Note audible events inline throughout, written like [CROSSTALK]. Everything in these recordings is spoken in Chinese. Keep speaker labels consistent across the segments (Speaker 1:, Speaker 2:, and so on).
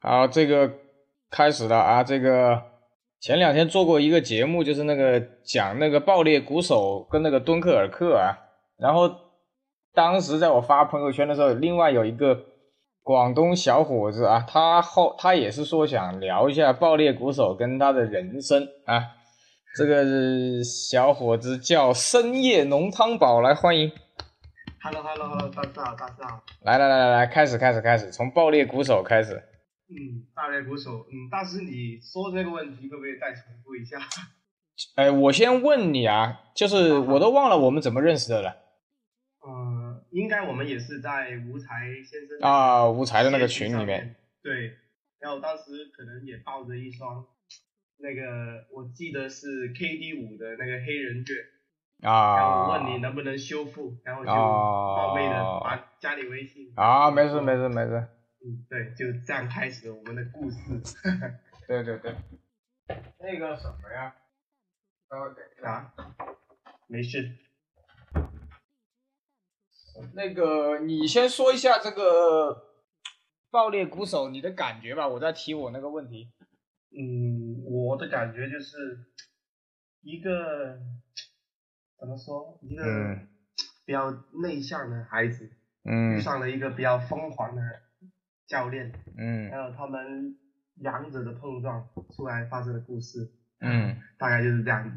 Speaker 1: 好，这个开始了啊！这个前两天做过一个节目，就是那个讲那个爆裂鼓手跟那个敦刻尔克啊。然后当时在我发朋友圈的时候，另外有一个广东小伙子啊，他后他也是说想聊一下爆裂鼓手跟他的人生啊。这个小伙子叫深夜浓汤宝，来欢迎。
Speaker 2: Hello Hello Hello，大家好，大家好。
Speaker 1: 来来来来来，开始开始开始，从爆裂鼓手开始。
Speaker 2: 嗯，大类鼓手，嗯，大师，你说这个问题可不可以再重复一下？ [LAUGHS]
Speaker 1: 哎，我先问你啊，就是
Speaker 2: 好好
Speaker 1: 我都忘了我们怎么认识的了
Speaker 2: 呃，应该我们也是在吴才先生
Speaker 1: 啊，
Speaker 2: 的
Speaker 1: 无才的那个群
Speaker 2: 上
Speaker 1: 里面。。
Speaker 2: 对，然后当时可能也抱着一双，那个我记得是 KD 五的那个黑人卷，然后哎我
Speaker 1: 啊。
Speaker 2: 问你能不能修复，然后就
Speaker 1: 哦
Speaker 2: 冒昧的把加你微信。
Speaker 1: 啊，没事没。事没事。
Speaker 2: 嗯，对，就这样开始了我们的故事。 [LAUGHS]
Speaker 1: 对对对。那个什么呀？稍微等一下啊。
Speaker 2: 啊，没事。
Speaker 1: 那个，你先说一下这个爆裂鼓手你的感觉吧，我再提我那个问题。
Speaker 2: 嗯，我的感觉就是一个怎么说，一个
Speaker 1: 嗯
Speaker 2: 比较内向的孩子遇
Speaker 1: 嗯
Speaker 2: 上了一个比较疯狂的教练，
Speaker 1: 嗯
Speaker 2: 还有他们两者的碰撞出来发生的故事，
Speaker 1: 嗯。
Speaker 2: 大概就是这样子。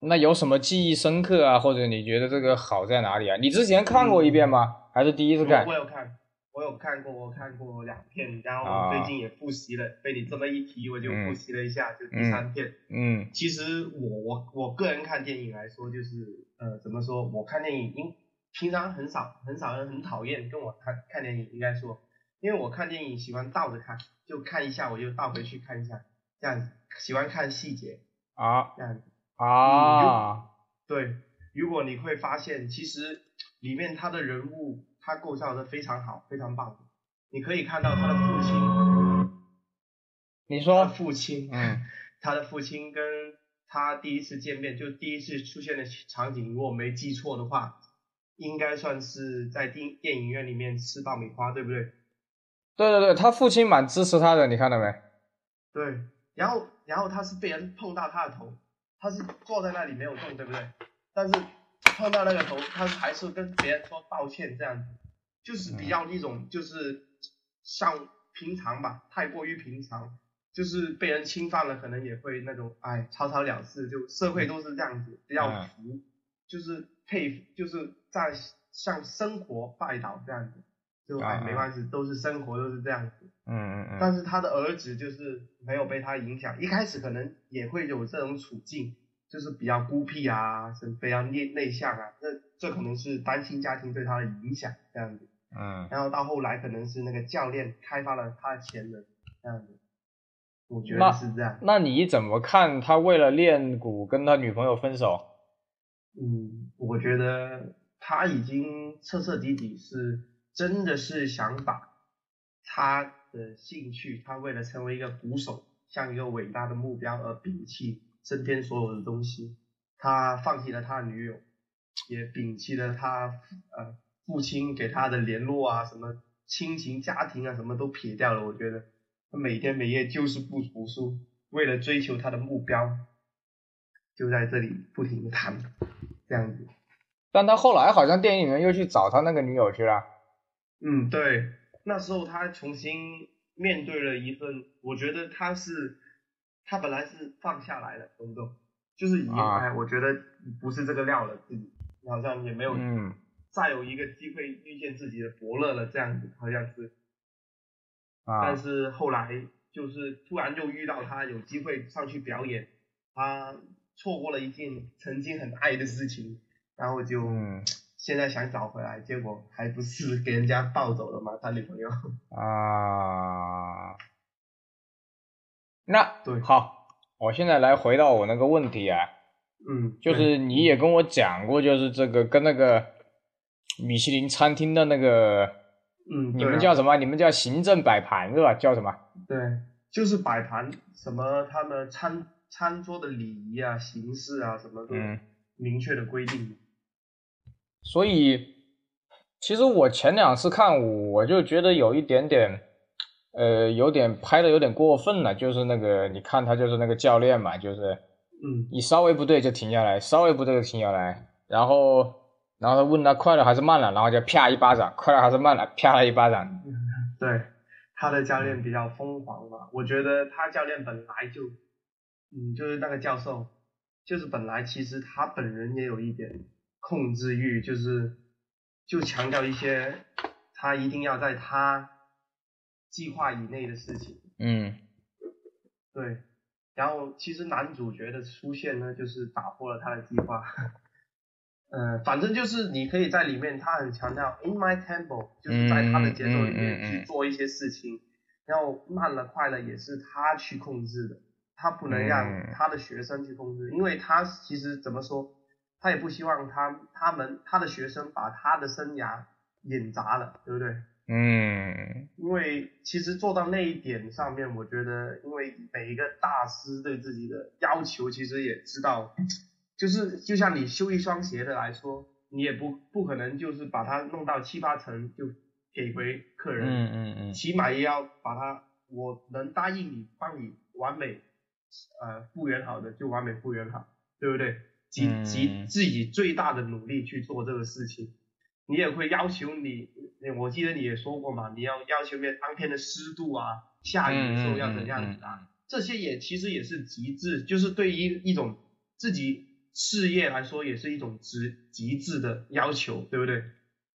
Speaker 1: 那有什么记忆深刻啊？或者你觉得这个好在哪里啊？你之前看过一遍吗？还是第一次看
Speaker 2: 嗯我？有看，我有看过，我看过两片，然后
Speaker 1: 啊
Speaker 2: 我最近也复习了，被你这么一提，我就
Speaker 1: 嗯
Speaker 2: 复习了一下，就第
Speaker 1: 嗯
Speaker 2: 三片。
Speaker 1: 嗯
Speaker 2: 其实我我我个人看电影来说，就是呃，怎么说？我看电影因平常很少很少人很讨厌跟我看看电影，应该说，因为我看电影喜欢倒着看，就看一下我就倒回去看一下，这样子喜欢看细节，
Speaker 1: 啊
Speaker 2: 这样子。
Speaker 1: 啊。
Speaker 2: 对，如果你会发现，其实里面他的人物他构造的非常好，非常棒。你可以看到他的父亲，
Speaker 1: 你
Speaker 2: 他
Speaker 1: 说
Speaker 2: 的，父亲，
Speaker 1: 嗯
Speaker 2: 他的父亲跟他第一次见面，就第一次出现的场景，如果没记错的话，应该算是在电电影院里面吃爆米花，对不对？
Speaker 1: 对对对，他父亲蛮支持他的，你看到没？
Speaker 2: 对。然后，然后他是被人碰到他的头，他是坐在那里没有动，对不对？但是碰到那个头，他还是跟别人说抱歉这样子，就是比较一种就是像平常吧，太过于平常，就是被人侵犯了，可能也会那种哎草草了事，就社会都是这样子，比较
Speaker 1: 嗯
Speaker 2: 服，就是佩服，就是在向生活拜倒这样子，就哎
Speaker 1: 嗯
Speaker 2: 没关系，都是生活都是这样子。
Speaker 1: 嗯嗯嗯
Speaker 2: 但是他的儿子就是没有被他影响，一开始可能也会有这种处境，就是比较孤僻啊，是比较内内向啊，这这可能是单亲家庭对他的影响这样子。
Speaker 1: 嗯
Speaker 2: 然后到后来可能是那个教练开发了他的潜能这样子，我觉
Speaker 1: 那
Speaker 2: 得是这样。
Speaker 1: 那你怎么看他为了练鼓跟他女朋友分手？
Speaker 2: 嗯，我觉得他已经彻彻底底是真的是想把他的兴趣，他为了成为一个鼓手，像一个伟大的目标而摒弃身边所有的东西，他放弃了他的女友，也摒弃了他呃父亲给他的联络啊，什么亲情、家庭啊，什么都撇掉了。我觉得他每天每夜就是不读书，为了追求他的目标，就在这里不停的谈，这样子。
Speaker 1: 但他后来好像电影里面又去找他那个女友去了。
Speaker 2: 嗯，对，那时候他重新面对了一份，我觉得他是，他本来是放下来了，懂不懂？就是已经
Speaker 1: 啊
Speaker 2: 哎，我觉得不是这个料了，自己好像也没有
Speaker 1: 嗯，
Speaker 2: 再有一个机会遇见自己的伯乐了，这样子好像是。
Speaker 1: 啊
Speaker 2: 但是后来就是突然就遇到他有机会上去表演，他错过了一件曾经很爱的事情，然后就
Speaker 1: 嗯
Speaker 2: 现在想找回来，结果还不是给人家抱走了吗？他女朋友。
Speaker 1: 啊，那
Speaker 2: 对
Speaker 1: 好，我现在来回到我那个问题啊，
Speaker 2: 嗯，
Speaker 1: 就
Speaker 2: 对
Speaker 1: 是你也跟我讲过，就是这个跟那个米其林餐厅的那个，
Speaker 2: 嗯，
Speaker 1: 你
Speaker 2: 对
Speaker 1: 们
Speaker 2: 啊
Speaker 1: 叫什么？你们叫行政摆盘是吧？叫什么？
Speaker 2: 对，就是摆盘什么他们餐餐桌的礼仪啊、形式啊什么都
Speaker 1: 嗯。
Speaker 2: 明确的规定。
Speaker 1: 所以，其实我前两次看我就觉得有一点点，呃有点拍的有点过分了，就是那个你看他就是那个教练嘛，就是
Speaker 2: 嗯
Speaker 1: 你稍微不对就停下来，稍微不对就停下来，然后然后他问他快了还是慢了，然后就啪一巴掌，快了还是慢了，啪了一巴掌，
Speaker 2: 对，他的
Speaker 1: 嗯
Speaker 2: 教练比较疯狂嘛，我觉得他教练本来就，嗯，就是那个教授，就是本来其实他本人也有一点控制欲，就是就强调一些他一定要在他计划以内的事情。
Speaker 1: 嗯
Speaker 2: 对，然后其实男主角的出现呢，就是打破了他的计划。呃，反正就是你可以在里面，他很强调 in my tempo，就是在他的节奏里
Speaker 1: 嗯嗯嗯嗯
Speaker 2: 面去做一些事情，然后慢了快了也是他去控制的，他不能
Speaker 1: 嗯
Speaker 2: 让他的学生去控制，因为他其实怎么说，他也不希望他他们他的学生把他的生涯引砸了，对不对？
Speaker 1: 嗯
Speaker 2: 因为其实做到那一点上面，我觉得，因为每一个大师对自己的要求，其实也知道，就是就像你修一双鞋的来说，你也不不可能就是把它弄到七八成就给回客
Speaker 1: 嗯
Speaker 2: 人，
Speaker 1: 嗯嗯
Speaker 2: 起码也要把它，我能答应你，帮你完美，呃，复原好的就完美复原好，对不对？尽极
Speaker 1: 嗯
Speaker 2: 自己最大的努力去做这个事情，你也会要求你，你我记得你也说过嘛，你要要求面当天的湿度啊，下雨的时候要怎样
Speaker 1: 嗯嗯嗯
Speaker 2: 子啊，这些也其实也是极致，就是对于一种自己事业来说，也是一种极极致的要求，对不对？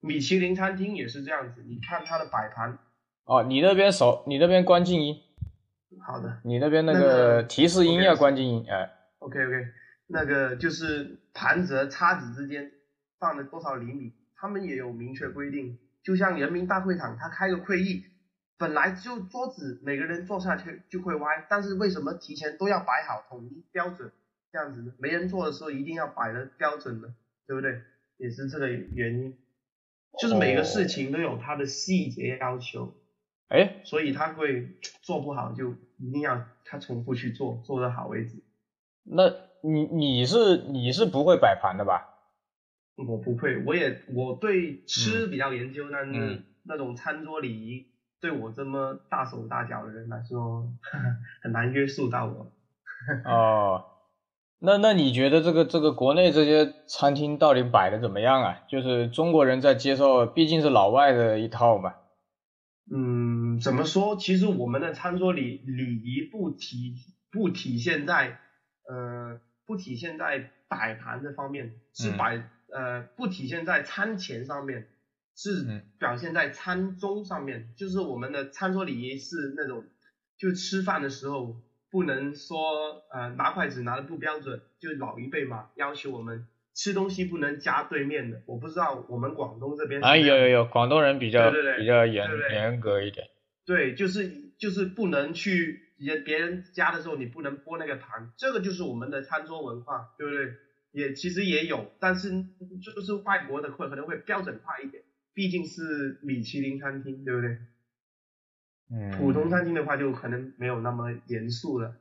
Speaker 2: 米其林餐厅也是这样子，你看它的摆盘，
Speaker 1: 哦，你那边手，你那边关静音，
Speaker 2: 好的
Speaker 1: 你那边那
Speaker 2: 那
Speaker 1: 个
Speaker 2: 个
Speaker 1: 提示音
Speaker 2: OK
Speaker 1: 要关静音，哎，
Speaker 2: ，OK OK，那个就是盘子和叉子之间放了多少厘米，他们也有明确规定。就像人民大会堂，他开个会议，本来就桌子每个人坐下去就会歪，但是为什么提前都要摆好统一标准这样子呢？没人坐的时候一定要摆的标准呢，对不对？也是这个原因，就是每个事情都有它的细节要求。
Speaker 1: 哎，
Speaker 2: 所以他会做不好就一定要他重复去做，做得好为止。
Speaker 1: 那你你是你是不会摆盘的吧？
Speaker 2: 我不会，我也我对吃比较研究，但是
Speaker 1: 嗯
Speaker 2: 那种餐桌礼仪对我这么大手大脚的人来说 [LAUGHS] 很难约束到我。
Speaker 1: 哦，那那你觉得这个这个国内这些餐厅到底摆的怎么样啊？就是中国人在接受，毕竟是老外的一套嘛。
Speaker 2: 嗯，怎么说？其实我们的餐桌礼礼仪不体不体现在呃不体现在摆盘这方面，是
Speaker 1: 嗯
Speaker 2: 摆、呃不体现在餐前上面，
Speaker 1: 嗯
Speaker 2: 是表现在餐中上面。就是我们的餐桌礼仪是那种，就吃饭的时候不能说呃拿筷子拿的不标准，就老一辈嘛要求我们吃东西不能夹对面的。我不知道我们广东这边是
Speaker 1: 啊，
Speaker 2: 这
Speaker 1: 有
Speaker 2: 样
Speaker 1: 有
Speaker 2: 的
Speaker 1: 有，广东人比较
Speaker 2: 对对对
Speaker 1: 比较严
Speaker 2: 对对
Speaker 1: 严格一点。
Speaker 2: 对，就是就是不能去别别人家的时候，你不能拨那个盘，这个就是我们的餐桌文化，对不对？也其实也有，但是就是外国的会可能会标准化一点，毕竟是米其林餐厅，对不对？
Speaker 1: 嗯，
Speaker 2: 普通餐厅的话就可能没有那么严肃了。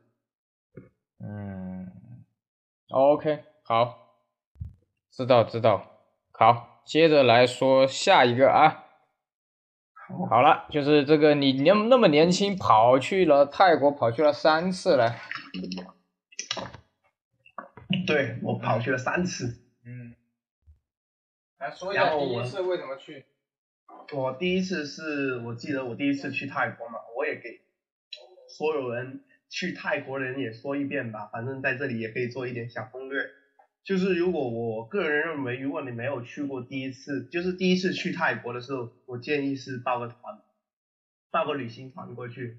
Speaker 1: 嗯，OK，好，知道知道，好，接着来说下一个啊。
Speaker 2: 好，
Speaker 1: 好了，就是这个你那么那么年轻，跑去了泰国，跑去了三次了。
Speaker 2: 对我跑去了三次，
Speaker 1: 嗯，哎来说
Speaker 2: 一下第一次
Speaker 1: 为什么去。
Speaker 2: 我第一次是我记得我第一次去泰国嘛，我也给所有人去泰国的人也说一遍吧，反正在这里也可以做一点小攻略。就是如果我个人认为，如果你没有去过第一次，就是第一次去泰国的时候，我建议是报个团，报个旅行团过去，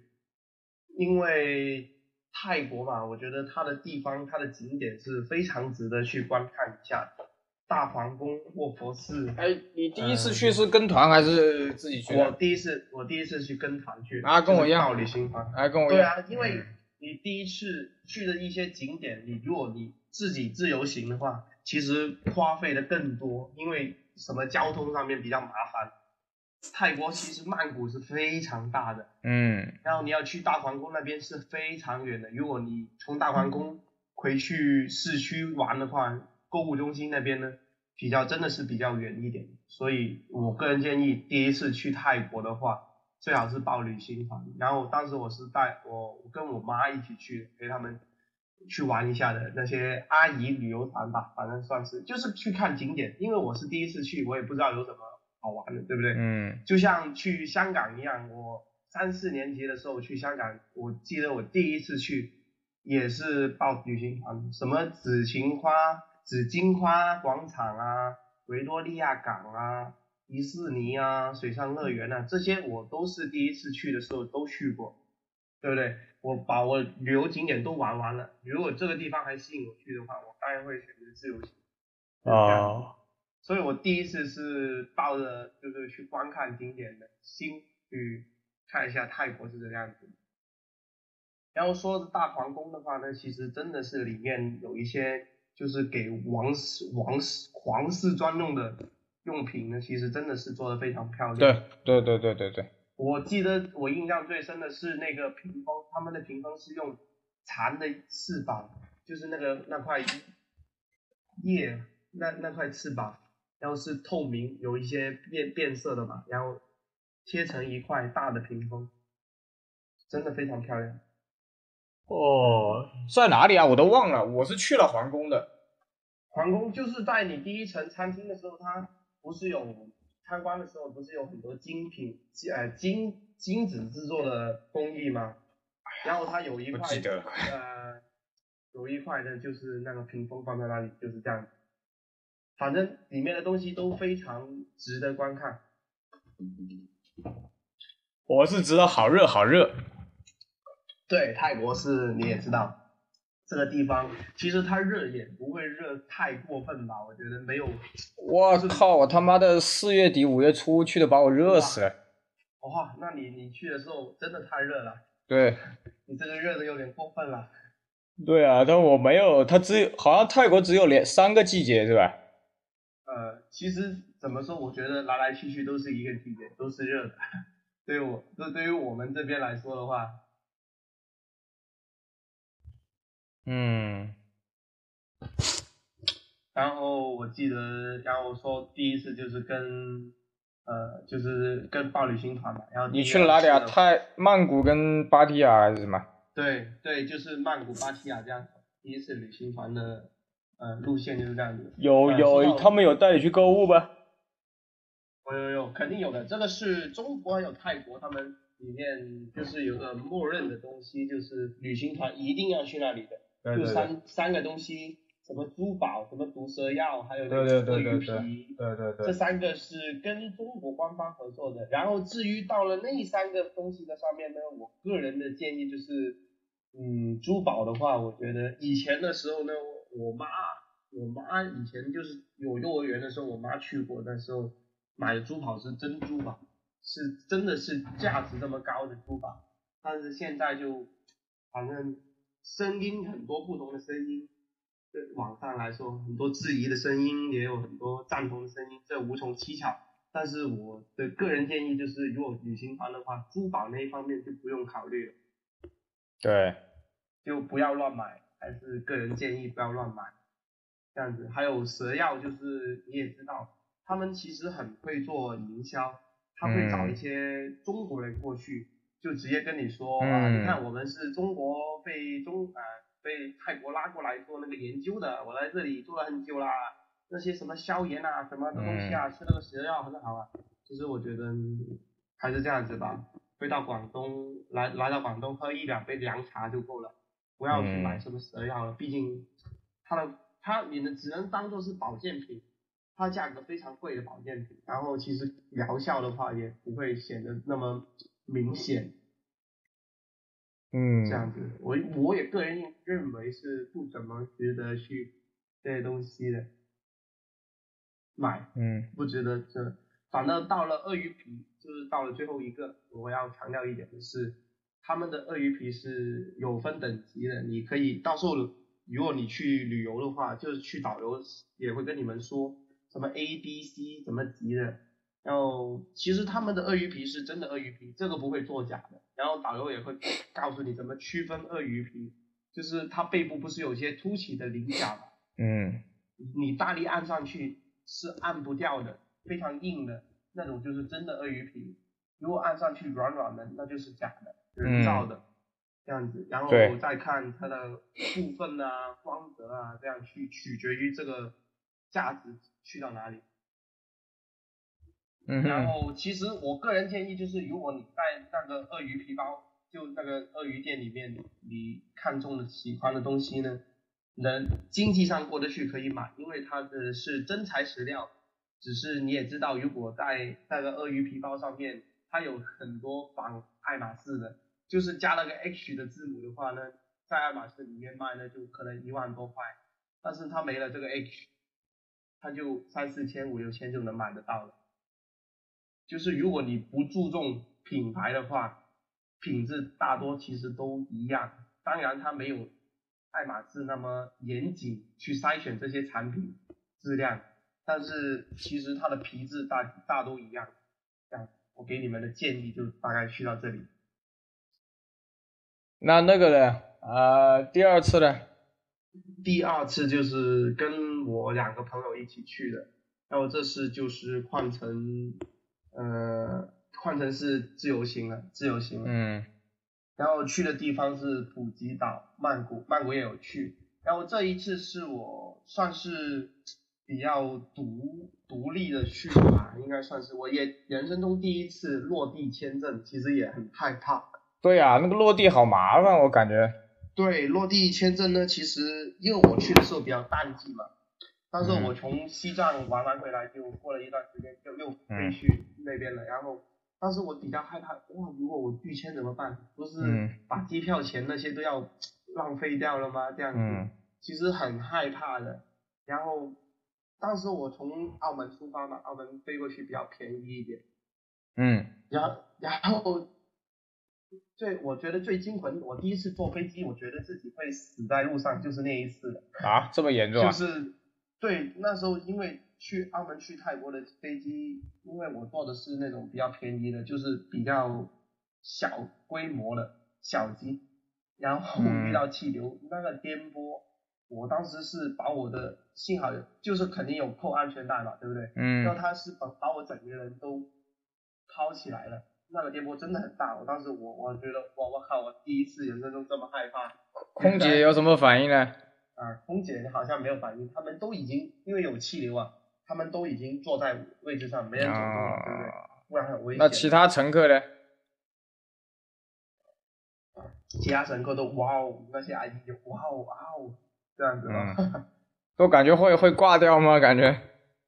Speaker 2: 因为泰国嘛，我觉得它的地方、它的景点是非常值得去观看一下的，大皇宫、卧佛寺，
Speaker 1: 哎，你第一次去是跟团还是自己去的？
Speaker 2: 我第一次，我第一次去跟团去
Speaker 1: 啊跟我一样
Speaker 2: 就是报旅行团。
Speaker 1: 哎，跟我一
Speaker 2: 对
Speaker 1: 样。
Speaker 2: 啊，因为你第一次去的一些景点，你如果你自己自由行的话，其实花费的更多，因为什么交通上面比较麻烦。泰国其实曼谷是非常大的，
Speaker 1: 嗯
Speaker 2: 然后你要去大皇宫那边是非常远的。如果你从大皇宫回去市区玩的话，购物中心那边呢比较真的是比较远一点。所以我个人建议，第一次去泰国的话，最好是报旅行团。然后当时我是带我我跟我妈一起去陪他们去玩一下的那些阿姨旅游团吧，反正算是就是去看景点，因为我是第一次去，我也不知道有什么好玩的，对不对？
Speaker 1: 嗯
Speaker 2: 就像去香港一样，我三四年级的时候去香港，我记得我第一次去也是报旅行团，什么紫荆花、紫荆花广场啊、维多利亚港啊、迪士尼啊、水上乐园啊，这些我都是第一次去的时候都去过，对不对？我把我旅游景点都玩完了，如果这个地方还吸引我去的话，我当然会选择自由行。就是这样子
Speaker 1: 哦，
Speaker 2: 所以我第一次是抱着就是去观看景点的心去看一下泰国是怎么样子的。然后说大皇宫的话呢，其实真的是里面有一些就是给王室、王室、皇室专用的用品呢，其实真的是做的非常漂亮。
Speaker 1: 对啊对对对对对，
Speaker 2: 我记得我印象最深的是那个屏风，他们的屏风是用蝉的翅膀，就是那个那块叶那那块翅膀，然后是透明，有一些变变色的嘛，然后贴成一块大的屏风，真的非常漂亮。
Speaker 1: 哦，在哪里啊？我都忘了，我是去了皇宫的。
Speaker 2: 皇宫就是在你第一层餐厅的时候，它不是有参观的时候，不是有很多精品呃金金子制作的工艺吗？然后它有一
Speaker 1: 不
Speaker 2: 块
Speaker 1: 记得了
Speaker 2: 呃有一块呢，就是那个屏风放在那里，就是这样。反正里面的东西都非常值得观看。
Speaker 1: 我是知道好热好热，
Speaker 2: 对，泰国是你也知道，这个地方其实它热也不会热太过分吧，我觉得没有
Speaker 1: 我靠！我他妈的四月底五月初去的，把我热死了。
Speaker 2: 哇，那你你去的时候真的太热了。
Speaker 1: 对
Speaker 2: 你这个热的有点过分了。
Speaker 1: 对啊，但我没有，它只有好像泰国只有连三个季节是吧？
Speaker 2: 呃，其实怎么说，我觉得来来去去都是一个季节，都是热的。对我，这对于我们这边来说的话，
Speaker 1: 嗯，
Speaker 2: 然后我记得，然后说第一次就是跟，呃，就是跟报旅行团嘛，然后第
Speaker 1: 你
Speaker 2: 一
Speaker 1: 去了哪里啊？
Speaker 2: 次的
Speaker 1: 泰曼谷跟芭提雅还是什么？
Speaker 2: 对对，就是曼谷、芭提雅这样子。第一次旅行团的呃路线就是这样子。
Speaker 1: 有
Speaker 2: 呃说
Speaker 1: 有，
Speaker 2: 到
Speaker 1: 他们有带你去购物吗？
Speaker 2: 有有有，肯定有的。这个是中国还有泰国，他们里面就是有个默认的东西，就是旅行团一定要去那里的，
Speaker 1: 对
Speaker 2: 就三三个东西，什么珠宝、什么毒蛇药，还有那
Speaker 1: 对
Speaker 2: 个
Speaker 1: 对
Speaker 2: 鳄
Speaker 1: 对
Speaker 2: 鱼
Speaker 1: 对
Speaker 2: 皮，
Speaker 1: 对对
Speaker 2: 这三个是跟中国官方合作的。然后至于到了那三个东西的上面呢，我个人的建议就是，嗯，珠宝的话，我觉得以前的时候呢，我妈，我妈以前就是有幼儿园的时候，我妈去过，那时候买的珠宝是真珠宝，是真的是价值这么高的珠宝。但是现在就反正声音很多不同的声音，对网上来说很多质疑的声音，也有很多赞同的声音，这无从蹊跷。但是我的个人建议就是，如果旅行团的话，珠宝那一方面就不用考虑了，
Speaker 1: 对，
Speaker 2: 就不要乱买，还是个人建议不要乱买，这样子。还有蛇药，就是你也知道，他们其实很会做营销，他会找一些中国人过去，就直接跟你说、啊，
Speaker 1: 嗯
Speaker 2: 你看我们是中国被中啊、被泰国拉过来做那个研究的，我来这里做了很久啦，那些什么消炎啊什么的东西啊，吃那个蛇药很好啊。其实我觉得嗯还是这样子吧，回到广东来来到广东喝一两杯凉茶就够了，不要去
Speaker 1: 嗯
Speaker 2: 买什么蛇药了，毕竟它的它你们只能当做是保健品，它价格非常贵的保健品，然后其实疗效的话也不会显得那么明显，这
Speaker 1: 嗯，
Speaker 2: 样子，我我也个人认为是不怎么值得去这些东西的买，
Speaker 1: 嗯，
Speaker 2: 不值得这。反正到了鳄鱼皮，就是到了最后一个，我要强调一点的是，他们的鳄鱼皮是有分等级的，你可以到时候如果你去旅游的话，就是去导游也会跟你们说什么 A、B、C 怎么级的。然后其实他们的鳄鱼皮是真的鳄鱼皮，这个不会作假的。然后导游也会告诉你怎么区分鳄鱼皮，就是它背部不是有些凸起的鳞甲吗？
Speaker 1: 嗯，
Speaker 2: 你大力按上去是按不掉的，非常硬的那种，就是真的鳄鱼皮。如果按上去软软的，那就是假的，人造的、这样子，然后
Speaker 1: 对
Speaker 2: 再看它的部分啊、光泽啊，这样去取决于这个价值去到哪里。
Speaker 1: 嗯
Speaker 2: 然
Speaker 1: 哼，
Speaker 2: 后其实我个人建议就是，如果你在那个鳄鱼皮包，就那个鳄鱼店里面，你看中的喜欢的东西呢，能经济上过得去可以买，因为它的是真材实料。只是你也知道，如果在那个鳄鱼皮包上面，它有很多仿爱马仕的，就是加了个 H 的字母的话呢，在爱马仕里面卖呢，就可能一万多块，但是它没了这个 H，它就三四千、五六千就能买得到了。就是如果你不注重品牌的话，品质大多其实都一样。当然，它没有爱马仕那么严谨去筛选这些产品质量，但是其实它的皮质大大都一样。这样，我给你们的建议就大概去到这里。
Speaker 1: 那那个呢？呃，第二次呢？
Speaker 2: 第二次就是跟我两个朋友一起去的，然后这次就是换成呃换成是自由行了，自由行了。
Speaker 1: 嗯
Speaker 2: 然后去的地方是普吉岛、曼谷，曼谷也有去。然后这一次是我算是比较独独立的去吧，应该算是我也人生中第一次落地签证，其实也很害怕。
Speaker 1: 对呀、那个落地好麻烦，我感觉。
Speaker 2: 对，落地签证呢，其实因为我去的时候比较淡季嘛，当时
Speaker 1: 嗯
Speaker 2: 我从西藏玩完回来，就过了一段时间，就又飞
Speaker 1: 嗯
Speaker 2: 去那边了。然后当时我比较害怕，哇，如果我拒签怎么办？不是
Speaker 1: 嗯
Speaker 2: 把机票钱那些都要浪费掉了吗？这样子，
Speaker 1: 嗯
Speaker 2: 其实很害怕的。然后当时我从澳门出发嘛，澳门飞过去比较便宜一点。
Speaker 1: 嗯
Speaker 2: 然后然后最我觉得最惊魂，我第一次坐飞机，我觉得自己会死在路上，就是那一次，
Speaker 1: 啊，这么严重
Speaker 2: 就
Speaker 1: 啊？
Speaker 2: 是对那时候因为去澳门去泰国的飞机，因为我坐的是那种比较便宜的，就是比较小规模的小机，然后
Speaker 1: 嗯
Speaker 2: 遇到气流、那个颠簸。我当时是把我的，幸好就是肯定有扣安全带嘛，对不对？
Speaker 1: 嗯
Speaker 2: 然后他是把把我整个人都抛起来了，那个颠簸真的很大。我当时我我觉得我我靠，我第一次人生中这么害怕
Speaker 1: 空姐有什么反应呢？
Speaker 2: 啊！空姐好像没有反应，他们都已经因为有气流啊，他们都已经坐在位置上，没人走动了，对不对？
Speaker 1: 啊，
Speaker 2: 不然很危险。
Speaker 1: 那其他乘客呢？
Speaker 2: 其他乘客都哇哦，那些阿姨就哇哦哇哦这样子
Speaker 1: 嗯
Speaker 2: 啊。
Speaker 1: [LAUGHS] 都感觉会会挂掉吗？感觉，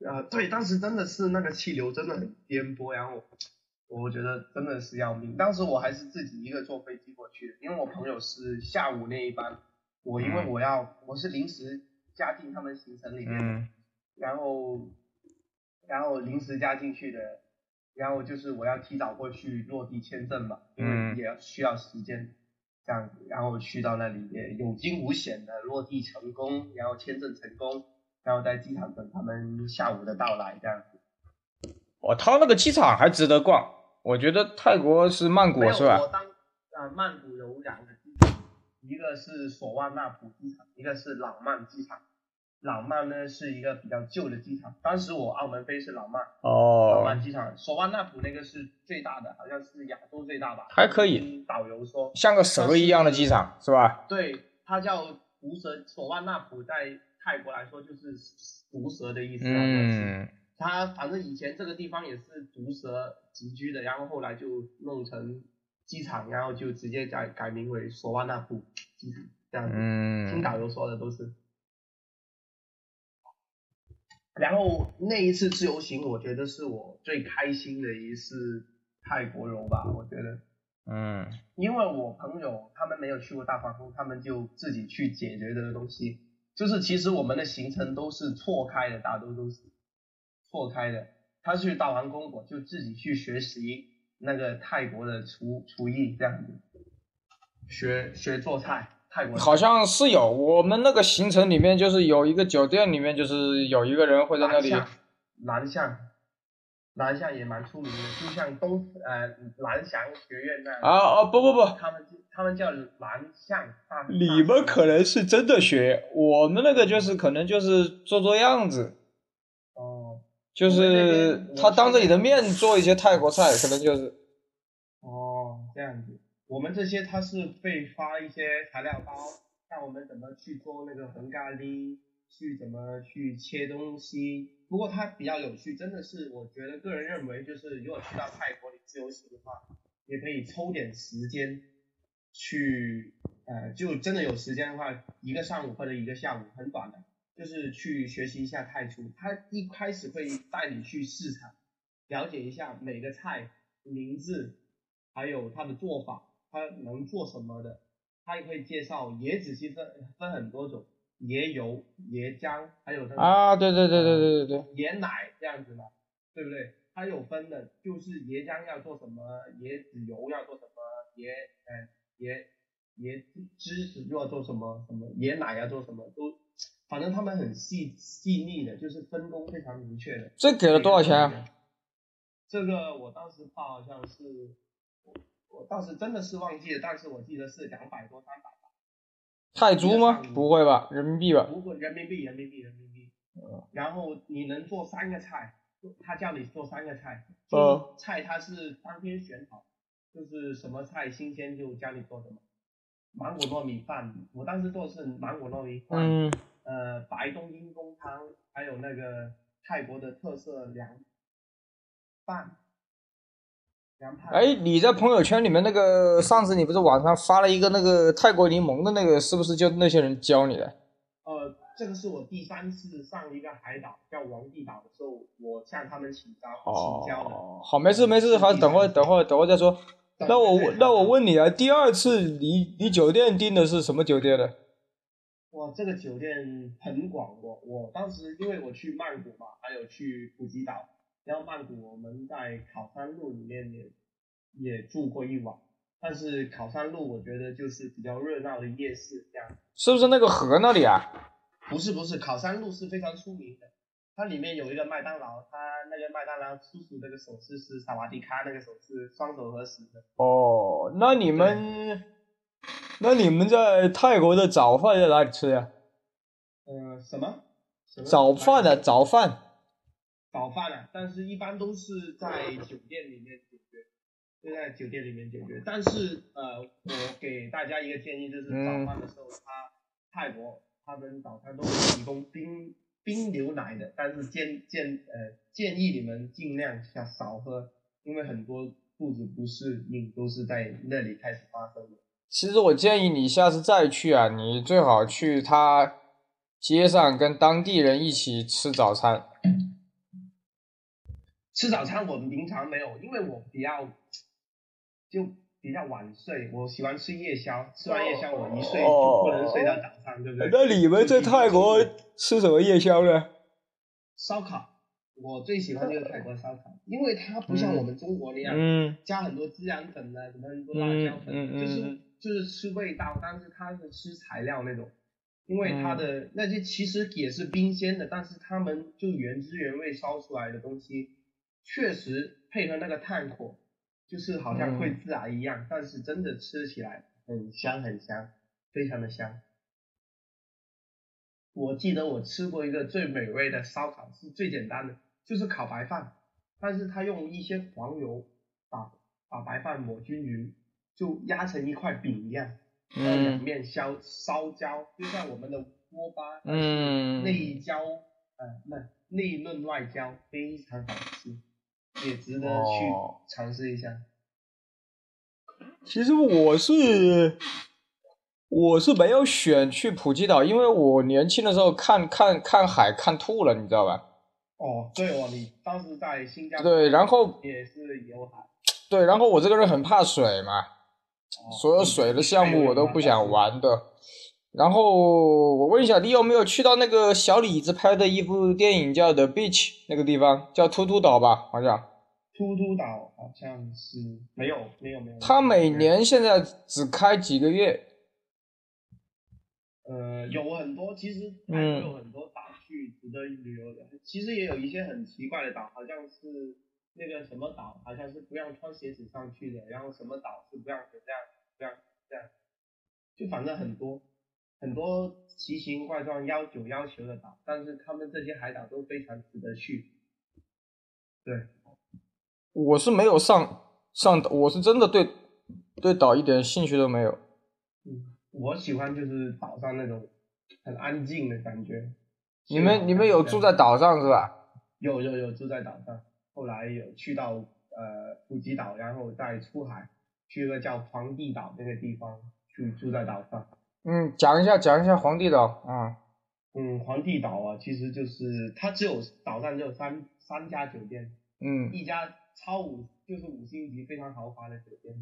Speaker 2: 啊，对，当时真的是那个气流真的很颠簸，然后我我觉得真的是要命。当时我还是自己一个坐飞机过去的，因为我朋友是下午那一班，我因为
Speaker 1: 嗯
Speaker 2: 我要我是临时加进他们行程里面的，
Speaker 1: 嗯
Speaker 2: 然后然后临时加进去的，然后就是我要提早过去落地签证嘛，因为
Speaker 1: 嗯
Speaker 2: 也需要时间这样子，然后去到那里也有惊无险的落地成功，然后签证成功，然后在机场等他们下午的到来这样子。
Speaker 1: 哦，他那个机场还值得逛，我觉得泰国是曼
Speaker 2: 没
Speaker 1: 谷
Speaker 2: 有
Speaker 1: 是吧
Speaker 2: 我？当呃曼谷有两个机场，一个是索万纳普机场，一个是朗曼机场。朗曼呢是一个比较旧的机场，当时我澳门飞是朗曼。老
Speaker 1: 哦
Speaker 2: 曼，机场，索万纳普那个是最大的，好像是亚洲最大吧。
Speaker 1: 还可以
Speaker 2: 听导游说，
Speaker 1: 像个蛇一样的机场是吧？
Speaker 2: 对，它叫毒蛇，索万纳普在泰国来说就是毒蛇的意思。好像是。
Speaker 1: 嗯
Speaker 2: 它反正以前这个地方也是毒蛇集居的，然后后来就弄成机场，然后就直接改改名为索万纳普机场，这样子。听
Speaker 1: 嗯
Speaker 2: 导游说的都是。然后那一次自由行，我觉得是我最开心的一次泰国游吧。我觉得，
Speaker 1: 嗯
Speaker 2: 因为我朋友他们没有去过大皇宫，他们就自己去解决这个东西。就是其实我们的行程都是错开的，大多都是错开的。他去大皇宫，我就自己去学习那个泰国的厨厨艺，这样子学学做菜，泰国菜
Speaker 1: 好像是有。我们那个行程里面就是有一个酒店里面就是有一个人会在那里，
Speaker 2: 南巷，南巷也蛮出名的，就像东呃蓝翔学院那样。
Speaker 1: 啊哦不不不，
Speaker 2: 他们他们叫南巷大。大
Speaker 1: 你们可能是真的学，我们那个就是可能就是做做样子，
Speaker 2: 哦，
Speaker 1: 就是他当着你的面做一些泰国菜，可能就是哦
Speaker 2: 这样子。我们这些他是会发一些材料包，让我们怎么去做那个横咖喱，去怎么去切东西。不过它比较有趣，真的是我觉得个人认为，就是如果去到泰国你自由行的话，也可以抽点时间去，呃，就真的有时间的话，一个上午或者一个下午，很短的，就是去学习一下泰厨。他一开始会带你去市场，了解一下每个菜名字，还有它的做法，它能做什么的。他也会介绍椰子，其实分很多种，椰油、椰浆，还有那个
Speaker 1: 啊，对对对对对对对，
Speaker 2: 椰奶这样子嘛，对不对？它有分的，就是椰浆要做什么，椰子油要做什么，椰呃椰椰芝士又要做什么，什么椰奶要做什么，都反正他们很细细腻的，就是分工非常明确的。
Speaker 1: 这给了多少钱啊？
Speaker 2: 这个我当时报好像是，我我当时真的是忘记了，但是我记得是两百多三百吧，
Speaker 1: 泰铢吗？不会吧，人民币吧？
Speaker 2: 不过人民币人民币人民币。
Speaker 1: 嗯
Speaker 2: 然后你能做三个菜，他叫你做三个菜，
Speaker 1: 哦
Speaker 2: 做菜他是当天选好，就是什么菜新鲜就教你做什么。芒果糯米饭，我当时做的是芒果糯米饭，
Speaker 1: 嗯，
Speaker 2: 呃，白冬阴功汤，还有那个泰国的特色凉拌，凉拌。
Speaker 1: 哎，你在朋友圈里面那个上次你不是晚上发了一个那个泰国柠檬的那个，是不是就那些人教你的？
Speaker 2: 呃，这个是我第三次上一个海岛叫王帝岛的时候，我向他们请教请教的。
Speaker 1: 哦，好，没事没事，好，等会儿等会儿等会儿再说。那我问那我问你啊，第二次你你酒店订的是什么酒店的？
Speaker 2: 哇，这个酒店很广哦。我当时因为我去曼谷嘛，还有去普吉岛，然后曼谷我们在考山路里面也也住过一晚，但是考山路我觉得就是比较热闹的夜市这样。
Speaker 1: 是不是那个河那里啊？
Speaker 2: 不是不是，考山路是非常出名的，它里面有一个麦当劳，它那个麦当劳叔叔那个手势是萨瓦迪卡那个手势，双手合十的。
Speaker 1: 哦，那你们那你们在泰国的早饭在哪里吃呀、
Speaker 2: 呃，什么？什么
Speaker 1: 早饭的、早饭。
Speaker 2: 早饭啊，但是一般都是在酒店里面解决，就在酒店里面解决。但是呃，我给大家一个建议，就是
Speaker 1: 嗯
Speaker 2: 早饭的时候，他泰国他们早餐都会提供冰冰牛奶的，但是建建呃建议你们尽量少少喝，因为很多肚子不适应都是在那里开始发生的。
Speaker 1: 其实我建议你下次再去啊，你最好去他街上跟当地人一起吃早餐。
Speaker 2: 吃早餐我平常没有，因为我比较就比较晚睡，我喜欢吃夜宵，吃完夜宵我一睡就不能睡到早上，对不对？
Speaker 1: 哦那你们在泰国吃什么夜宵呢？
Speaker 2: 烧烤，我最喜欢就是泰国烧烤，因为它不像我们中国那样、
Speaker 1: 嗯，
Speaker 2: 加很多孜然粉啊，什么很多辣椒粉，啊
Speaker 1: 嗯嗯嗯
Speaker 2: 就是
Speaker 1: 嗯
Speaker 2: 就是吃味道，但是它是吃材料那种，因为
Speaker 1: 嗯
Speaker 2: 它的、那些其实也是冰鲜的，但是他们就原汁原味烧出来的东西，确实配合那个炭火，就是好
Speaker 1: 嗯
Speaker 2: 像会孜然一样，但是真的吃起来很香很香，非常的香。我记得我吃过一个最美味的烧烤，是最简单的，就是烤白饭，但是它用一些黄油把把白饭抹均匀，就压成一块饼一样，
Speaker 1: 嗯
Speaker 2: 然后两面烧烧焦，就像我们的锅巴，
Speaker 1: 嗯
Speaker 2: 内焦呃不内嫩外焦，非常好吃，也值得去
Speaker 1: 哦
Speaker 2: 尝试一下。
Speaker 1: 其实我是我是没有选去普吉岛，因为我年轻的时候看看看海看吐了，你知道吧？
Speaker 2: 哦，对哦，你当时在新加坡
Speaker 1: 对，啊然后
Speaker 2: 也是有海，
Speaker 1: 对，然后我这个人很怕水嘛，
Speaker 2: 哦
Speaker 1: 所有水的项目我都不想玩的。然后我问一下，你有没有去到那个小李子拍的一部电影叫《The Beach》那个地方，叫秃秃岛吧？好像
Speaker 2: 秃秃岛好像是没有没有没有，
Speaker 1: 他每年现在只开几个月。
Speaker 2: 呃有很多，其实泰国有很多岛去值得旅游的，其实也有一些很奇怪的岛，好像是那个什么岛，好像是不让穿鞋子上去的，然后什么岛是不让怎样这样这样，就反正很多很多奇形怪状要求要求的岛，但是他们这些海岛都非常值得去。对，
Speaker 1: 我是没有上上，我是真的对对岛一点兴趣都没有。
Speaker 2: 嗯，我喜欢就是岛上那种很安静的感觉。
Speaker 1: 你们你们有住在岛上是吧？
Speaker 2: 有有有住在岛上，后来有去到呃普吉岛，然后再出海去了叫皇帝岛那个地方去住在岛上。
Speaker 1: 嗯，讲一下讲一下皇帝岛啊、
Speaker 2: 嗯，皇帝岛啊，其实就是它只有岛上只有三三家酒店，
Speaker 1: 嗯嗯
Speaker 2: 一家超五就是五星级非常豪华的酒店，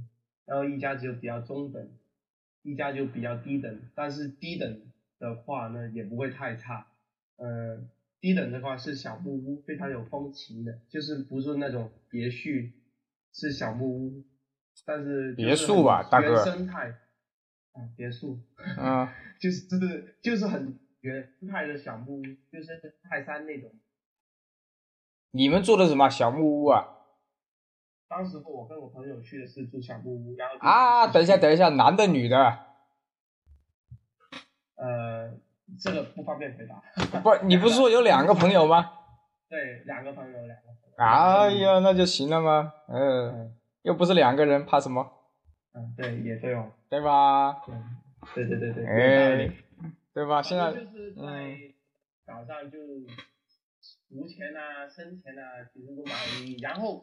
Speaker 2: 然后一家就比较中等，一家就比较低等，但是低等的话呢也不会太差，呃，低等的话是小木屋，非常有风情的，就是不是那种别墅，是小木屋，但是就是
Speaker 1: 别墅吧
Speaker 2: 很
Speaker 1: 大哥
Speaker 2: 原生态，啊、别墅，
Speaker 1: 啊
Speaker 2: 就是就是就是很原派的小木屋，就是泰山那种。
Speaker 1: 你们住的什么小木屋啊？
Speaker 2: 当时我跟我朋友去的是住小木屋，然后
Speaker 1: 啊，等一下，等一下，男的啊女的？
Speaker 2: 呃，这个不方便回答。
Speaker 1: 不，你不是说有两个朋友吗？
Speaker 2: 对，两个朋友，两个朋友。
Speaker 1: 哎呀，那就行了吗？嗯，
Speaker 2: 嗯
Speaker 1: 又不是两个人，怕什么？
Speaker 2: 嗯，对，也对哦，
Speaker 1: 对吧？
Speaker 2: 嗯，对对对对，有道理
Speaker 1: 哎，对吧？现在
Speaker 2: 反
Speaker 1: 嗯
Speaker 2: 正就是在岛上就浮潜啊、深潜啊，其实都蛮有意义。然后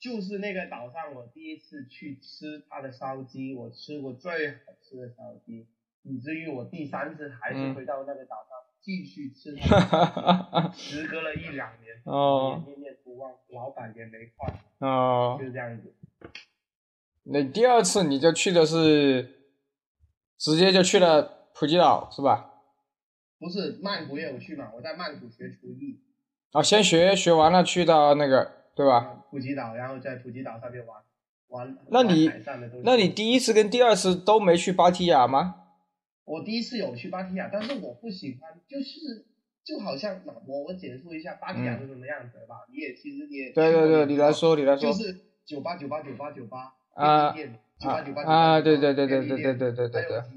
Speaker 2: 就是那个岛上，我第一次去吃它的烧鸡，我吃过最好吃的烧鸡，以至于我第三次还
Speaker 1: 嗯
Speaker 2: 是回到那个岛上继
Speaker 1: [LAUGHS]
Speaker 2: 续吃它的烧鸡。时隔了一两年，我
Speaker 1: 哦
Speaker 2: 也念念不忘，老板也没换，
Speaker 1: 哦
Speaker 2: 就，是这样子。
Speaker 1: 那第二次你就去的是，直接就去了普吉岛是吧？
Speaker 2: 不是曼谷也有去嘛？我在曼谷学厨艺，
Speaker 1: 哦，先学学完了，去到那个对吧？
Speaker 2: 啊，普吉岛，然后在普吉岛上面玩玩
Speaker 1: 那你
Speaker 2: 玩海上的东西。
Speaker 1: 那你第一次跟第二次都没去芭提雅吗？
Speaker 2: 我第一次有去芭提雅，但是我不喜欢，就是就好像那我我简述一下芭提雅是什么样子的吧。你也其实你也
Speaker 1: 嗯对对对，
Speaker 2: 去过
Speaker 1: 你来，说，你来说
Speaker 2: 就是九八九八九八九八
Speaker 1: 啊
Speaker 2: 九八九八
Speaker 1: 啊！对对对对对对对对对
Speaker 2: 还有
Speaker 1: 对，
Speaker 2: 几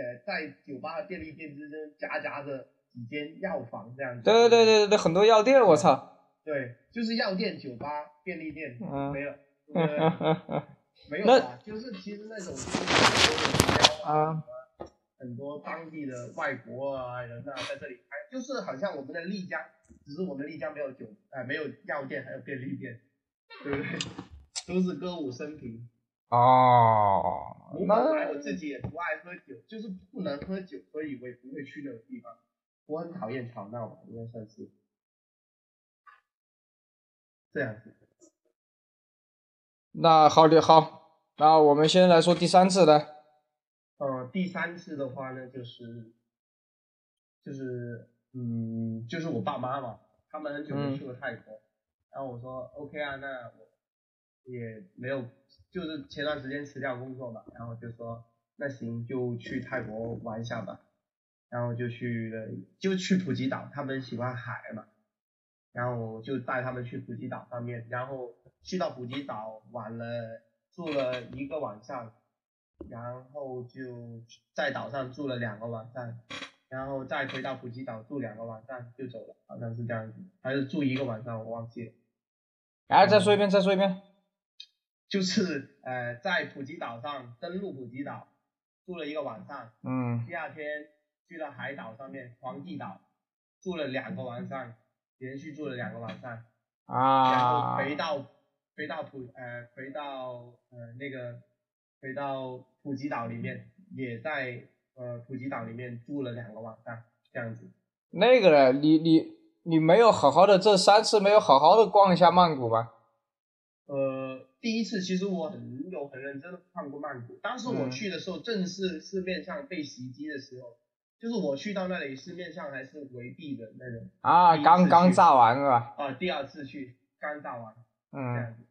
Speaker 2: 呃在酒吧和便利店之间夹杂着几间药房这样子。
Speaker 1: 对对对对对，很多药店，我操！
Speaker 2: 对，就是药店、酒吧、便利店
Speaker 1: 嗯
Speaker 2: 没了，对不对
Speaker 1: [LAUGHS] 啊
Speaker 2: 没有啦，就是其实那种就是
Speaker 1: 啊
Speaker 2: 很多当地的外国啊人啊在这里开，就是好像我们的丽江，只是我们丽江没有酒，呃，没有药店，还有便利店，对不对？都是歌舞升平。
Speaker 1: 哦，
Speaker 2: 我
Speaker 1: 那
Speaker 2: 本来我自己也不爱喝酒，就是不能喝酒，所以我也不会去那种地方。我很讨厌吵闹吧，应该算是这样子。
Speaker 1: 那好的好，那我们先来说第三次的，
Speaker 2: 呃，第三次的话呢，就是就是嗯，就是我爸妈嘛，他们很久没去过泰国，然后我说 OK 啊，那我也没有，就是前段时间辞掉工作嘛，然后就说那行就去泰国玩一下吧，然后就去了，就去普吉岛，他们喜欢海嘛，然后我就带他们去普吉岛上面，然后去到普吉岛玩了，住了一个晚上，然后就在岛上住了两个晚上，然后再回到普吉岛住两个晚上就走了，好像是这样子，还是住一个晚上我忘记了。
Speaker 1: 哎，再说一遍，再说一遍。
Speaker 2: 就是呃在普吉岛上登陆普吉岛住了一个晚上，
Speaker 1: 嗯，
Speaker 2: 第二天去到海岛上面皇帝岛住了两个晚上，连续住了两个晚上，然后
Speaker 1: 啊，
Speaker 2: 回到回到普呃回到呃那个回到普吉岛里面，也在呃普吉岛里面住了两个晚上，这样子。
Speaker 1: 那个了，你你你没有好好的这三次没有好好的逛一下曼谷吗？
Speaker 2: 呃，第一次其实我很有很认真的看过曼谷，当时我
Speaker 1: 嗯
Speaker 2: 去的时候正是市面上被袭击的时候，就是我去到那里市面上还是围蔽的那种
Speaker 1: 啊，
Speaker 2: 第一次
Speaker 1: 刚刚
Speaker 2: 去
Speaker 1: 炸完是吧？
Speaker 2: 啊、第二次去啊刚到完这
Speaker 1: 嗯
Speaker 2: 样子，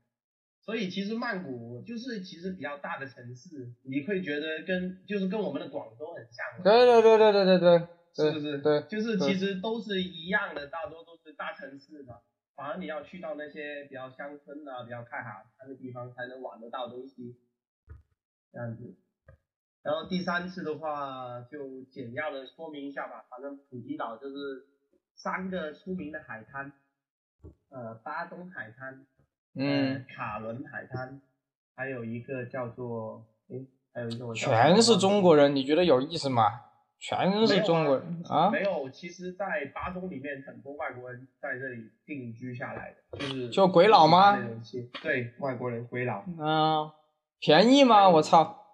Speaker 2: 所以其实曼谷就是其实比较大的城市，你会觉得跟就是跟我们的广州很像，
Speaker 1: 对对对对对对对，
Speaker 2: 是不是？
Speaker 1: 对
Speaker 2: 就是
Speaker 1: 对
Speaker 2: 其实都是一样的，大多都是大城市嘛。反而你要去到那些比较乡村啊、比较看海滩的地方，才能玩得到东西，这样子。然后第三次的话，就简要的说明一下吧。反正普吉岛就是三个出名的海滩，呃，巴东海滩，呃
Speaker 1: 嗯，
Speaker 2: 卡伦海滩，还有一个叫做诶，还有一个我叫
Speaker 1: 全是中国人，你觉得有意思吗？全
Speaker 2: 没
Speaker 1: 是
Speaker 2: 有
Speaker 1: 中国人啊
Speaker 2: 没？有，其实，在巴东里面很多外国人在这里定居下来的，就是
Speaker 1: 就鬼佬吗
Speaker 2: 那种西对，外国人鬼佬，
Speaker 1: 嗯、便宜吗？我操！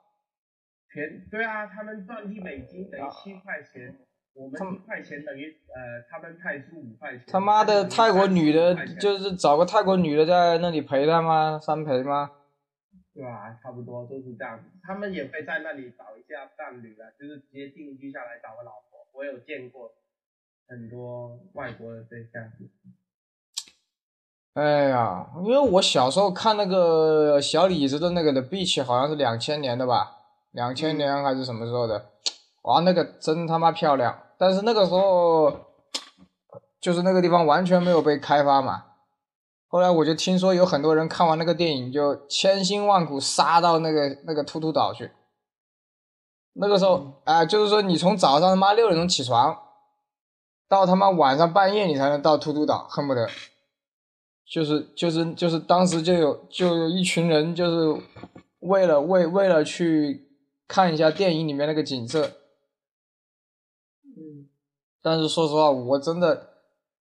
Speaker 2: 全对啊，他们赚一美金等于七块钱。我
Speaker 1: 啊他
Speaker 2: 们
Speaker 1: 们
Speaker 2: 一块钱等于呃，他们泰铢五块钱。
Speaker 1: 他妈
Speaker 2: 啊
Speaker 1: 的，泰国女的
Speaker 2: 35块钱
Speaker 1: 就是找个泰国女的在那里陪他吗？三陪吗？
Speaker 2: 对啊，差不多都是这样子。他们也会在那里找一下伴侣啊，就是直接定居下来找个老婆。我有见过很多外国人对象，
Speaker 1: 哎呀，因为我小时候看那个小李子的那个的 Beach，好像是两千年的吧，两千年还是什么时候的？哇，那个真他妈漂亮！但是那个时候，就是那个地方完全没有被开发嘛。后来我就听说有很多人看完那个电影，就千辛万苦杀到那个那个秃秃岛去。那个时候啊、就是说你从早上他妈六点钟起床，到他妈晚上半夜你才能到秃秃岛，恨不得。就是就是就是当时就有就有一群人就是为了为为了去看一下电影里面那个景色，
Speaker 2: 嗯，
Speaker 1: 但是说实话，我真的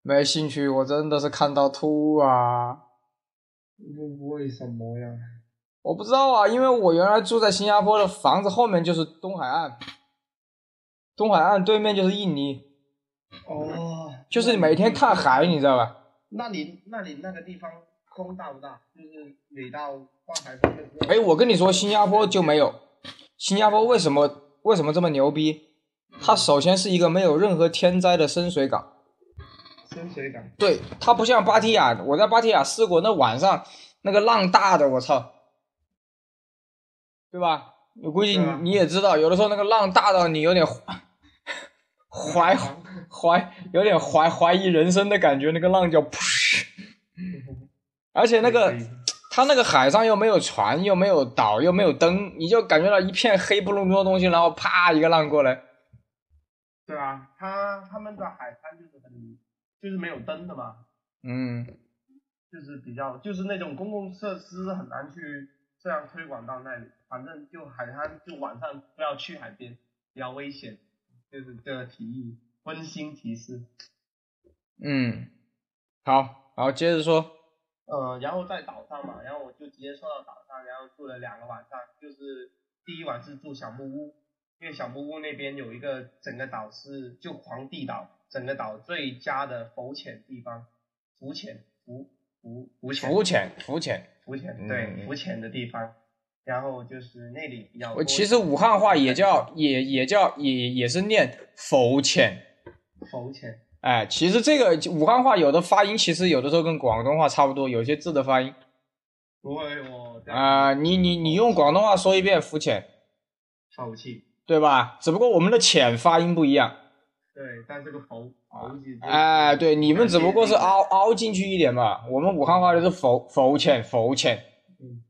Speaker 1: 没兴趣，我真的是看到吐啊！
Speaker 2: 为什么呀？
Speaker 1: 我不知道啊，因为我原来住在新加坡的房子后面就是东海岸，东海岸对面就是印尼，
Speaker 2: 哦，
Speaker 1: 就是每天看海，你知道吧？
Speaker 2: 那你那你那个地方风大不大？就是每到刮台风的时候，
Speaker 1: 哎，我跟你说，新加坡就没有。新加坡为什么为什么这么牛逼？它首先是一个没有任何天灾的深水港，
Speaker 2: 深水港，
Speaker 1: 对，它不像芭提雅，我在芭提雅试过，那晚上那个浪大的，我操，对吧？我估计你
Speaker 2: 对啊
Speaker 1: 你也知道，有的时候那个浪大到你有点怀怀怀有点怀怀疑人生的感觉，那个浪叫噗，而且那个
Speaker 2: 可以
Speaker 1: 它那个海上又没有船，又没有岛，又没有灯，你就感觉到一片黑不隆咚的东西，然后啪一个浪过来，
Speaker 2: 对啊，他他们的海滩就是很就是没有灯的嘛，
Speaker 1: 嗯，
Speaker 2: 就是比较就是那种公共设施很难去这样推广到那里，反正就海滩就晚上不要去海边，比较危险，就是这个提议，温馨提示。
Speaker 1: 嗯，好，好，接着说，
Speaker 2: 呃，然后在岛上嘛，然后我就直接说到岛上，然后住了两个晚上，就是第一晚是住小木屋，因为小木屋那边有一个整个岛是就皇帝岛，整个岛最佳的浮潜地方，浮潜浮浮浮潜
Speaker 1: 浮潜，浮潜。
Speaker 2: 浮潜，
Speaker 1: 嗯
Speaker 2: 对，浮潜的地方。然后就是那里比较多
Speaker 1: 我其实武汉话也叫也也叫也也是念浮潜，
Speaker 2: 浮潜，
Speaker 1: 哎，其实这个武汉话有的发音其实有的时候跟广东话差不多，有些字的发音
Speaker 2: 不会我这
Speaker 1: 啊、
Speaker 2: 样
Speaker 1: 你你你用广东话说一遍浮潜，
Speaker 2: 口气，
Speaker 1: 对吧？只不过我们的潜发音不一样，
Speaker 2: 对，但这个浮浮字就
Speaker 1: 哎、对，你们只不过是
Speaker 2: 啊，
Speaker 1: 凹凹进去一点嘛，我们武汉话就是浮浮潜浮潜
Speaker 2: 嗯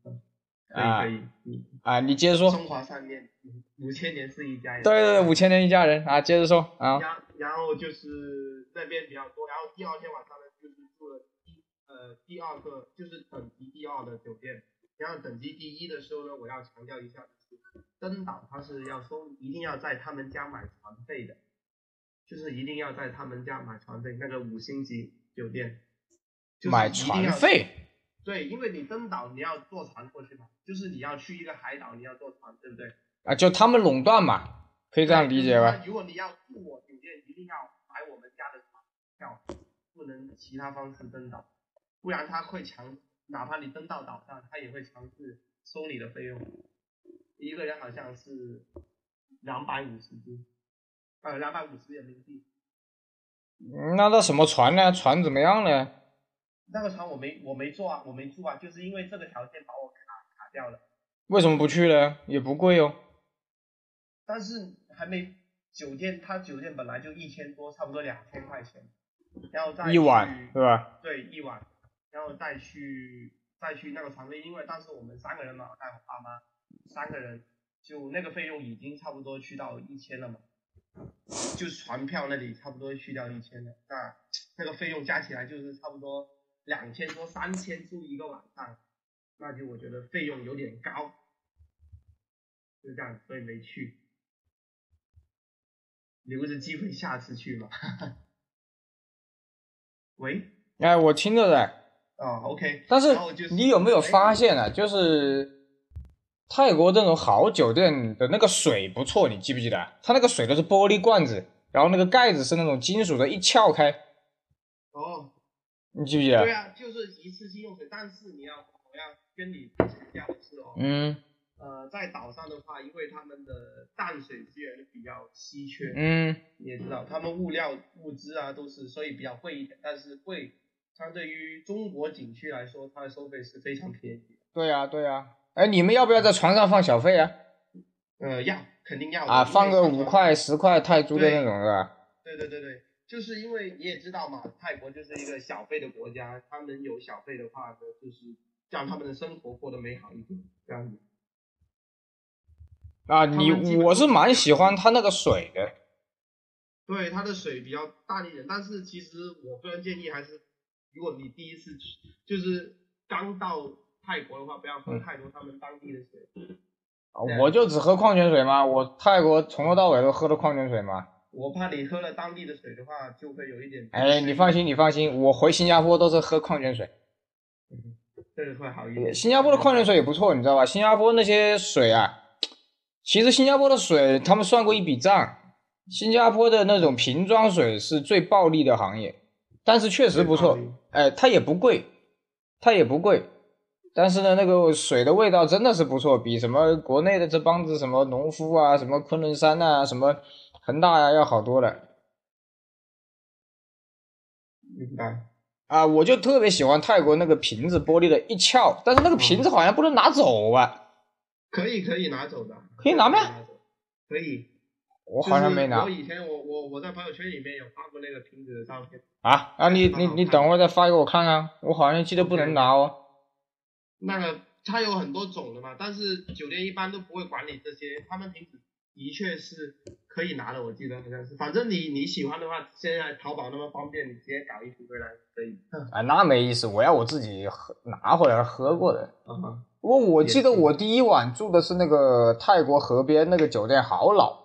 Speaker 1: 啊
Speaker 2: 可以可以，嗯
Speaker 1: 啊、你接着说，
Speaker 2: 中华上面五千年是一家人。
Speaker 1: 对对对，五千年一家人啊，接着说啊，
Speaker 2: 然然后就是那边比较多，然后第二天晚上呢，就是住了第呃第二个就是等级第二的酒店，然后等级第一的时候呢，我要强调一下，就是登岛它是要收，一定要在他们家买船费的，就是一定要在他们家买船费，那个五星级酒店，就是
Speaker 1: 买
Speaker 2: 一定
Speaker 1: 船
Speaker 2: 要
Speaker 1: 费，
Speaker 2: 对，因为你登岛你要坐船过去嘛，就是你要去一个海岛你要坐船，对不对？
Speaker 1: 啊，就他们垄断嘛，可以这样理解吧？
Speaker 2: 如果你要住我酒店，一定要买我们家的船票，不能其他方式登岛，不然他会强，哪怕你登到岛上，他也会强制收你的费用。一个人好像是两百五十斤，呃，两百五十人民币。
Speaker 1: 嗯那那什么船呢？船怎么样呢？
Speaker 2: 那个船我没我没坐啊，我没住啊，就是因为这个条件把我卡卡掉了。
Speaker 1: 为什么不去呢？也不贵哦。
Speaker 2: 但是还没酒店，他酒店本来就一千多，差不多两千块钱，然后再
Speaker 1: 一
Speaker 2: 去
Speaker 1: 晚对吧？
Speaker 2: 对，一晚，然后再去再去那个床位，因为当时我们三个人嘛，我带我爸妈三个人，就那个费用已经差不多去到一千了嘛，就是船票那里差不多去掉一千了，那那个费用加起来就是差不多两千多三千住一个晚上，那就我觉得费用有点高，就这样，所以没去，留着机会下次去吧。 [LAUGHS] 喂，
Speaker 1: 哎，我听着的。
Speaker 2: 哦，OK，
Speaker 1: 但是
Speaker 2: 然后就是
Speaker 1: 你有没有
Speaker 2: 哎
Speaker 1: 发现啊？就是泰国这种好酒店的那个水不错，你记不记得啊？它那个水都是玻璃罐子，然后那个盖子是那种金属的，一撬开，
Speaker 2: 哦，
Speaker 1: 你记不记得？
Speaker 2: 对啊，就是一次性用水，但是你要我要跟你讲的是哦，
Speaker 1: 嗯
Speaker 2: 呃，在岛上的话，因为他们的淡水资源比较稀缺，
Speaker 1: 嗯
Speaker 2: 你也知道，他们物料物资啊都是所以比较贵一点，但是贵相对于中国景区来说，它的收费是非常便宜的。
Speaker 1: 对呀、对呀、哎，你们要不要在床上放小费啊？
Speaker 2: 呃，要肯定要的
Speaker 1: 啊，
Speaker 2: 因为
Speaker 1: 放个
Speaker 2: 上
Speaker 1: 五
Speaker 2: 船
Speaker 1: 块十块泰铢的那种是吧？
Speaker 2: 对对对对，就是因为你也知道嘛，泰国就是一个小费的国家，他们有小费的话呢，就是让他们的生活过得美好一点，这样子。
Speaker 1: 啊，
Speaker 2: 们基
Speaker 1: 你
Speaker 2: 本
Speaker 1: 我
Speaker 2: 都
Speaker 1: 是
Speaker 2: 是
Speaker 1: 蛮喜欢它那个水的。
Speaker 2: 对，它的水比较淡一点，但是其实我个人建议还是，如果你第一次去，就是刚到泰国的话，不要喝
Speaker 1: 嗯
Speaker 2: 太多他们当地的水。
Speaker 1: 啊
Speaker 2: 对
Speaker 1: 我就只喝矿泉水嘛，我泰国从头到尾都喝的矿泉水嘛。
Speaker 2: 我怕你喝了当地的水的话，就会有一点。
Speaker 1: 哎，你放心，你放心，我回新加坡都是喝矿泉水。
Speaker 2: 这个会好一点。
Speaker 1: 新加坡的矿泉水也不错，你知道吧？新加坡那些水啊，其实新加坡的水，他们算过一笔账，新加坡的那种瓶装水是最暴利的行业，但是确实不错
Speaker 2: 最暴利。
Speaker 1: 哎，它也不贵，它也不贵，但是呢，那个水的味道真的是不错，比什么国内的这帮子什么农夫啊、什么昆仑山呐、什么恒大呀、要好多了。
Speaker 2: 明白。
Speaker 1: 啊，我就特别喜欢泰国那个瓶子玻璃的一撬，但是那个
Speaker 2: 嗯
Speaker 1: 瓶子好像不能拿走吧？
Speaker 2: 可以可以拿走的。
Speaker 1: 可以拿吗
Speaker 2: 走？可以。
Speaker 1: 我好像没拿
Speaker 2: 就是我以前我我我在朋友圈里面有发过那个瓶子的照片。
Speaker 1: 啊啊！你
Speaker 2: 嗯
Speaker 1: 你你
Speaker 2: 看
Speaker 1: 等会儿再发给我看看，我好像记得不能拿哦。
Speaker 2: 那个它有很多种的嘛，但是酒店一般都不会管理这些，他们瓶子的确是可以拿的，我记得好像是，反正你你喜欢的话，现在淘宝那么方便，你直接搞一瓶回来可以。
Speaker 1: 啊，那没意思，我要我自己喝拿回来喝过的。
Speaker 2: 嗯，
Speaker 1: 不过我记得
Speaker 2: 也是
Speaker 1: 我第一晚住的是那个泰国河边那个酒店，好老。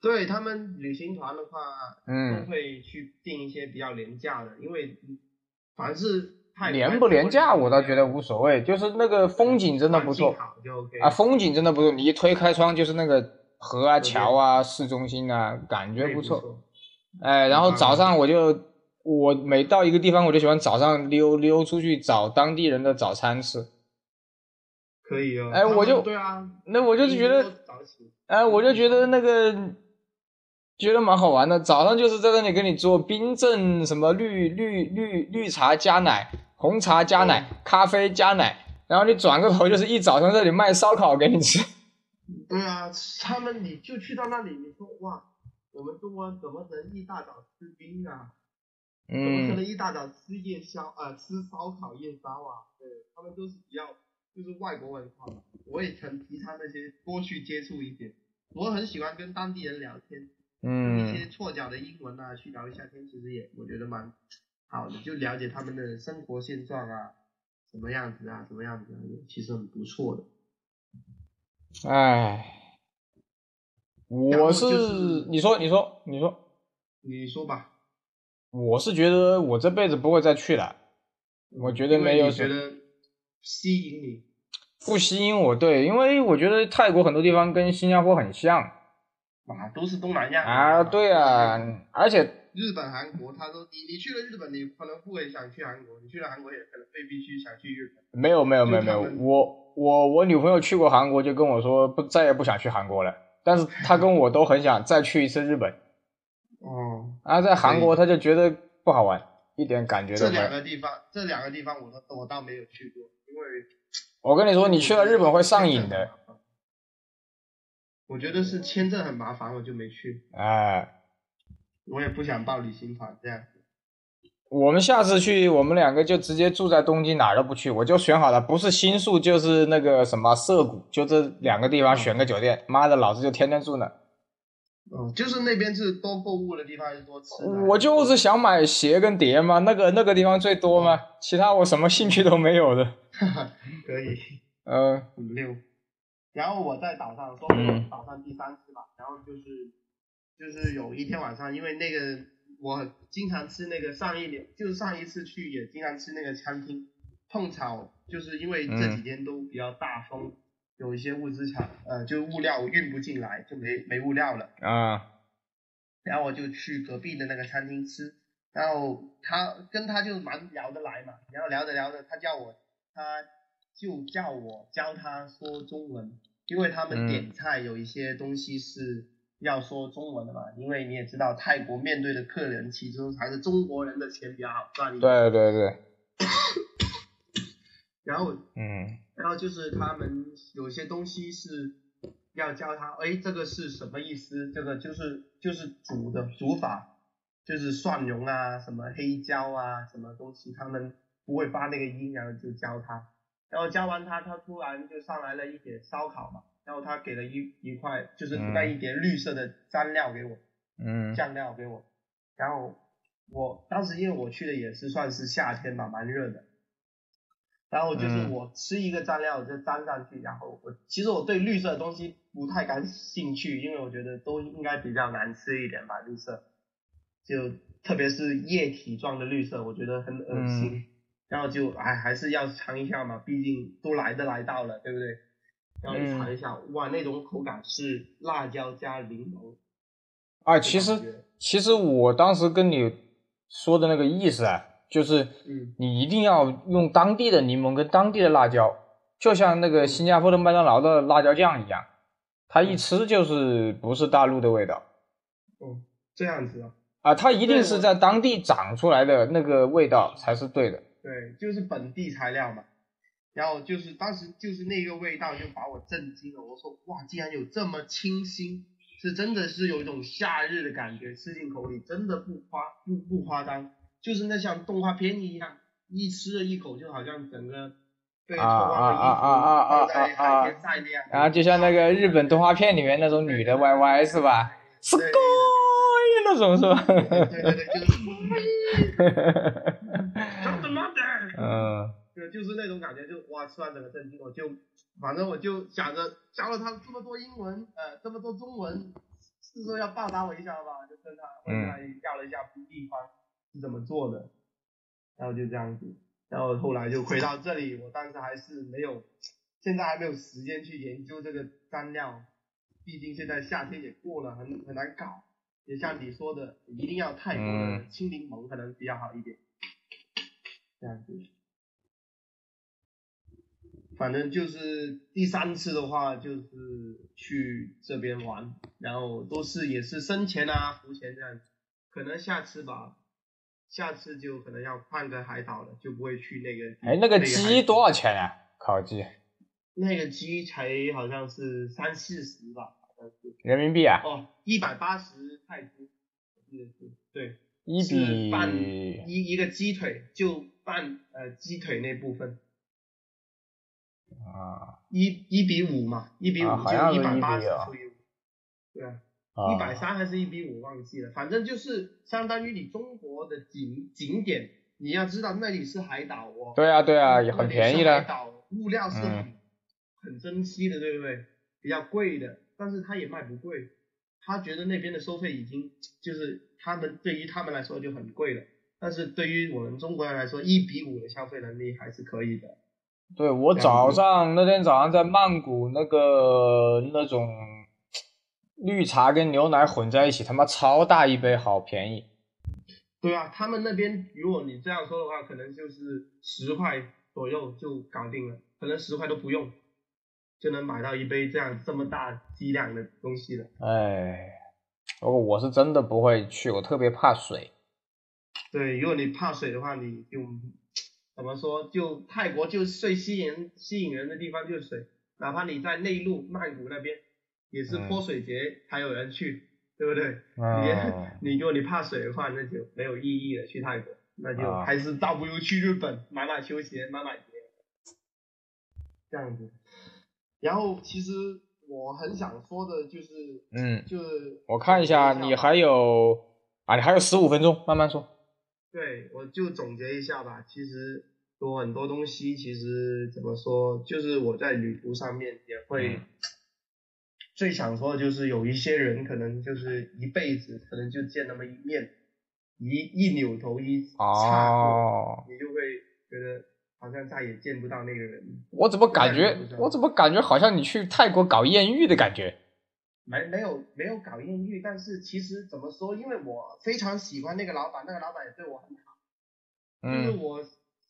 Speaker 2: 对他们旅行团的话，都
Speaker 1: 嗯，
Speaker 2: 会去订一些比较廉价的，因为凡是泰国
Speaker 1: 廉不廉价我倒觉得无所谓，就是那个风景真的不错
Speaker 2: 环境好就 OK
Speaker 1: 啊，风景真的不错。你一推开窗就是那个河啊、
Speaker 2: 对
Speaker 1: 桥啊、市中心啊，感觉
Speaker 2: 对
Speaker 1: 不
Speaker 2: 不
Speaker 1: 错。。哎，然后
Speaker 2: 嗯
Speaker 1: 早上我就，我每到一个地方，我就喜欢早上溜溜出去找当地人的早餐吃。
Speaker 2: 可以哦。
Speaker 1: 哎
Speaker 2: 他们
Speaker 1: 我就
Speaker 2: 对啊，
Speaker 1: 那我就是觉
Speaker 2: 你
Speaker 1: 得，
Speaker 2: 都早起嗯
Speaker 1: 哎，我就觉得那个，觉得蛮好玩的。早上就是在那里给你做冰镇什么绿绿绿绿茶加奶、红茶加奶、
Speaker 2: 嗯
Speaker 1: 咖啡加奶，然后你转个头就是一早上这里卖烧烤给你吃。
Speaker 2: 对啊，他们你就去到那里，你说哇，我们中国人怎么能一大早吃冰啊？怎么可能
Speaker 1: 嗯，
Speaker 2: 一大早吃夜宵啊、呃吃烧烤夜宵啊？对，他们都是比较就是外国文化嘛。我也很提倡那些多去接触一点。我很喜欢跟当地人聊天，用一
Speaker 1: 嗯，
Speaker 2: 些错脚的英文啊，去聊一下天，其实也我觉得蛮好的，就了解他们的生活现状啊，什么样子啊，什么样子啊，也其实很不错的。
Speaker 1: 哎，
Speaker 2: 然
Speaker 1: 我
Speaker 2: 后
Speaker 1: 是
Speaker 2: 就是
Speaker 1: 你说你说你说，
Speaker 2: 你说吧，
Speaker 1: 我是觉得我这辈子不会再去了。我觉得
Speaker 2: 因为
Speaker 1: 没有
Speaker 2: 你
Speaker 1: 什么
Speaker 2: 觉得吸引你。
Speaker 1: 不吸引我，对，因为我觉得泰国很多地方跟新加坡很像
Speaker 2: 啊，都是东南亚
Speaker 1: 啊，对啊，而且
Speaker 2: 日本、韩国，他都你你去了日本，你可能会想去韩国；你去了韩国，也可能未必去想去日本。
Speaker 1: 没有没有没有没有
Speaker 2: 就他，们
Speaker 1: 我我我女朋友去过韩国，就跟我说不再也不想去韩国了，但是她跟我都很想再去一次日本，
Speaker 2: 哦，
Speaker 1: 啊，在韩国她就觉得不好玩，一点感觉都
Speaker 2: 这
Speaker 1: 没有
Speaker 2: 两。个地方，这两个地方我都我倒没有去过，因为
Speaker 1: 我跟你说，你去了日本会上瘾的，。
Speaker 2: 我觉得是签证很麻烦，我就没去。
Speaker 1: 哎，
Speaker 2: 我也不想报旅行团这样。
Speaker 1: 我们下次去，我们两个就直接住在东京，哪儿都不去，我就选好了，不是新宿就是那个什么涩谷，就这两个地方选个酒店，妈的，老子就天天住那。
Speaker 2: 嗯，就是那边是多购物的地方还是多吃的？
Speaker 1: 嗯我就是想买鞋跟碟嘛，那个那个地方最多嘛，其他我什么兴趣都没有的。
Speaker 2: 可以
Speaker 1: 呃，
Speaker 2: 五六。然后我在岛上，说
Speaker 1: 嗯
Speaker 2: 岛上第三次吧，然后就是就是有一天晚上，因为那个我经常吃那个上一年，就是上一次去也经常吃那个餐厅，碰巧就是因为这几天都比较大风，有一些物资产呃就物料运不进来，就没没物料了。
Speaker 1: 啊，
Speaker 2: 然后我就去隔壁的那个餐厅吃，然后他跟他就蛮聊得来嘛，然后聊着聊着，他叫我，他就叫我教他说中文，因为他
Speaker 1: 嗯
Speaker 2: 们点菜有一些东西是要说中文的嘛，因为你也知道泰国面对的客人其实还是中国人的钱比较好赚一
Speaker 1: 对
Speaker 2: 点，
Speaker 1: 对对，
Speaker 2: 然后
Speaker 1: 嗯
Speaker 2: 然后就是他们有些东西是要教他，哎，这个是什么意思？这个就是就是煮的煮法，就是蒜蓉啊，什么黑椒啊，什么东西，他们不会发那个音，然后就教他。然后教完他，他突然就上来了一点烧烤嘛，然后他给了一一块，就是
Speaker 1: 嗯
Speaker 2: 那一点绿色的蘸料给我，
Speaker 1: 嗯
Speaker 2: 酱料给我，然后我当时因为我去的也是算是夏天吧，蛮热的，然后就是
Speaker 1: 嗯
Speaker 2: 我吃一个蘸料我就沾上去，然后我其实我对绿色的东西不太感兴趣，因为我觉得都应该比较难吃一点吧，绿色，就特别是液体状的绿色，我觉得很恶心，
Speaker 1: 嗯
Speaker 2: 然后就哎还是要尝一下嘛，毕竟都来都来到了，对不对？然后就
Speaker 1: 嗯
Speaker 2: 尝一下，哇，那种口感是辣椒加柠檬，
Speaker 1: 啊，
Speaker 2: 的
Speaker 1: 其
Speaker 2: 感
Speaker 1: 实
Speaker 2: 觉
Speaker 1: 其实我当时跟你说的那个意思啊，就是
Speaker 2: 嗯
Speaker 1: 你一定要用当地的柠檬跟当地的辣椒，就像那个新加坡的麦当劳的辣椒酱一
Speaker 2: 嗯
Speaker 1: 样，它一吃就是不是大陆的味道
Speaker 2: 哦，这样子啊。
Speaker 1: 啊，它一定
Speaker 2: 对
Speaker 1: 是
Speaker 2: 我
Speaker 1: 在当地长出来的那个味道才是对的。
Speaker 2: 对，就是本地材料嘛。然后就是当时就是那个味道就把我震惊了，我说哇，竟然有这么清新，是真的是有一种夏日的感觉，吃进口里真的不夸不不夸张，就是那像动画片一样，一吃了一口就好像整个被脱光的衣
Speaker 1: 啊
Speaker 2: 服
Speaker 1: 啊啊啊啊
Speaker 2: 放在海边晒那样，
Speaker 1: 然后就像那个日本动画片里面那种女的 YY 是吧？是
Speaker 2: 对
Speaker 1: 狗那种是吧？
Speaker 2: 对对对，就是
Speaker 1: [LAUGHS]
Speaker 2: [LAUGHS]
Speaker 1: 嗯
Speaker 2: 对，就是那种感觉就，哇，吃完整个震惊，我就反正我就想着教了他这么多英文，呃，这么多中文，是说要报答我一下吧，我就跟他问他要了一下地方是怎么做的，然后就这样子，然后后来就回到这里，我当时还是没有，现在还没有时间去研究这个蘸料，毕竟现在夏天也过了，很很难搞，也像你说的，一定要泰国的
Speaker 1: 嗯
Speaker 2: 青柠檬可能比较好一点，这样子。反正就是第三次的话，就是去这边玩，然后都是也是深潜啊、浮潜这样子。可能下次吧，下次就可能要换个海岛了，就不会去那个。
Speaker 1: 哎，那个
Speaker 2: 海
Speaker 1: 鸡
Speaker 2: 岛
Speaker 1: 多少钱呀、烤鸡
Speaker 2: 那个鸡才好像是三四十吧，好像是
Speaker 1: 人民币啊，
Speaker 2: 哦，一百八十泰铢，我记得是对，
Speaker 1: 一
Speaker 2: 是半
Speaker 1: 比
Speaker 2: 一一个鸡腿就半呃鸡腿那部分
Speaker 1: 啊
Speaker 2: 一一比五嘛，一比五
Speaker 1: 啊好像
Speaker 2: 就
Speaker 1: 是
Speaker 2: 一百八
Speaker 1: 1:5
Speaker 2: 十
Speaker 1: 啊
Speaker 2: 除以五，对啊，
Speaker 1: 啊
Speaker 2: 一百三还是一比五忘记了，反正就是相当于你中国的景景点，你要知道那里是海岛哦，
Speaker 1: 对啊对啊，也
Speaker 2: 那
Speaker 1: 很
Speaker 2: 里
Speaker 1: 便宜
Speaker 2: 是海
Speaker 1: 的。
Speaker 2: 岛物料是很、
Speaker 1: 嗯
Speaker 2: 很珍惜的，对不对？比较贵的，但是他也卖不贵。他觉得那边的收费已经就是他们对于他们来说就很贵了，但是对于我们中国人来说，一比五的消费能力还是可以的。
Speaker 1: 对我
Speaker 2: 两
Speaker 1: 早
Speaker 2: 个
Speaker 1: 上那天早上在曼谷那个那种绿茶跟牛奶混在一起，他妈超大一杯，好便宜。
Speaker 2: 对啊，他们那边如果你这样说的话，可能就是十块左右就搞定了，可能十块都不用就能买到一杯这样这么大剂量的东西了。
Speaker 1: 哎，不过我是真的不会去，我特别怕水。
Speaker 2: 对，如果你怕水的话，你就怎么说？就泰国就最吸引吸引人的地方就是水，哪怕你在内陆曼谷那边，也是
Speaker 1: 嗯
Speaker 2: 泼水节才有人去，对不对？
Speaker 1: 嗯，
Speaker 2: 你你如果你怕水的话，那就没有意义了，去泰国，那就
Speaker 1: 啊
Speaker 2: 还是倒不如去日本买买球鞋，买买鞋，这样子。然后其实我很想说的就是，
Speaker 1: 嗯
Speaker 2: 就是
Speaker 1: 我看一下，
Speaker 2: 总结
Speaker 1: 你
Speaker 2: 吧
Speaker 1: 还有啊，你还有十五分钟，慢慢说。
Speaker 2: 对，我就总结一下吧。其实有很多东西其实怎么说，就是我在旅途上面也会、
Speaker 1: 嗯
Speaker 2: 最想说的就是有一些人可能就是一辈子可能就见那么一面，一一扭头一岔过，
Speaker 1: 哦，
Speaker 2: 你就会觉得好像再也见不到那个人，
Speaker 1: 我怎么感
Speaker 2: 不太
Speaker 1: 觉
Speaker 2: 可能
Speaker 1: 我怎么感觉好像你去泰国搞艳遇的感觉？
Speaker 2: 没没有没有搞艳遇，但是其实怎么说，因为我非常喜欢那个老板，那个老板也对我很好，就是
Speaker 1: 嗯
Speaker 2: 我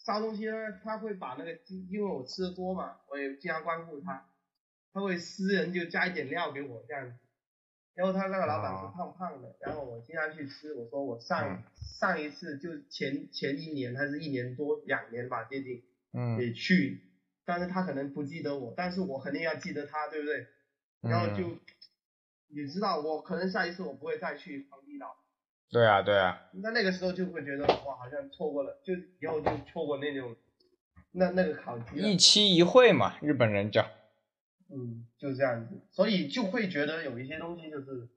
Speaker 2: 烧东西呢，他会把那个鸡，因为我吃的多嘛，我也经常光顾他，他会私人就加一点料给我这样子。然后他那个老板
Speaker 1: 哦
Speaker 2: 是胖胖的，然后我经常去吃，我说我上、
Speaker 1: 嗯
Speaker 2: 上一次就前前一年还是一年多两年吧，接近
Speaker 1: 嗯
Speaker 2: 也去，但是他可能不记得我，但是我肯定要记得他，对不对？然后就、
Speaker 1: 嗯
Speaker 2: 你知道，我可能下一次我不会再去皇帝岛。
Speaker 1: 对啊对啊，
Speaker 2: 那那个时候就会觉得哇，好像错过了，就以后就错过那种那那个考级了
Speaker 1: 一，期一会嘛，日本人叫。
Speaker 2: 嗯，就这样子，所以就会觉得有一些东西就是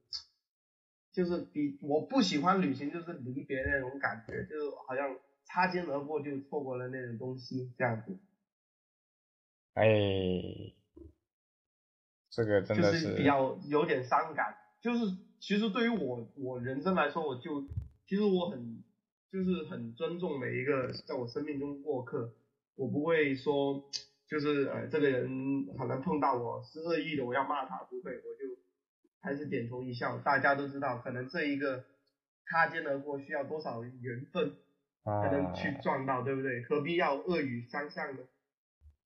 Speaker 2: 就是比我不喜欢旅行，就是离别那种感觉，就是好像擦肩而过就错过了那种东西，这样子
Speaker 1: 哎，这个真
Speaker 2: 就
Speaker 1: 的
Speaker 2: 比较有点伤感。就是其实对于我我人生来说，我就其实我很就是很尊重每一个在我生命中过客，我不会说就是呃这个人可能碰到我是恶意的，我要骂他，不会，我就还是点头一笑。大家都知道，可能这一个擦肩而过需要多少缘分才能
Speaker 1: 啊。
Speaker 2: 去撞到，对不对？何必要恶语相向呢？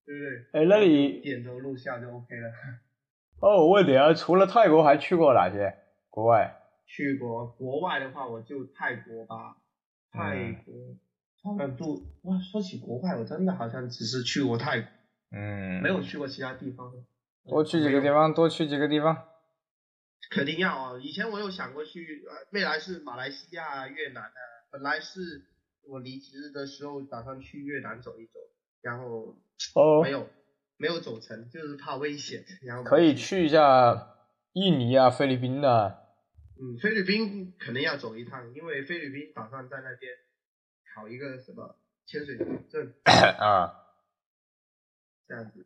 Speaker 2: 对不对？
Speaker 1: 哎，那你
Speaker 2: 点头露笑就 OK 了。
Speaker 1: 哦，我问你啊，除了泰国还去过哪些国外？
Speaker 2: 去过国外的话，我就泰国吧，
Speaker 1: 嗯
Speaker 2: 泰国。当然不，哇，说起国外，我真的好像只是去过泰国，
Speaker 1: 嗯，
Speaker 2: 没有去过其他地方。
Speaker 1: 多去几个地方，多去几个地方。
Speaker 2: 肯定要啊！以前我有想过去，呃，未来是马来西亚啊、越南啊。本来是我离职的时候打算去越南走一走，然后
Speaker 1: 哦
Speaker 2: 没有没有走成，就是怕危险。然后
Speaker 1: 可以，去一下印尼啊、菲律宾啊。 [COUGHS]
Speaker 2: 嗯，菲律宾肯定要走一趟，因为菲律宾打算在那边考一个什么潜水证
Speaker 1: 啊，
Speaker 2: 这样子。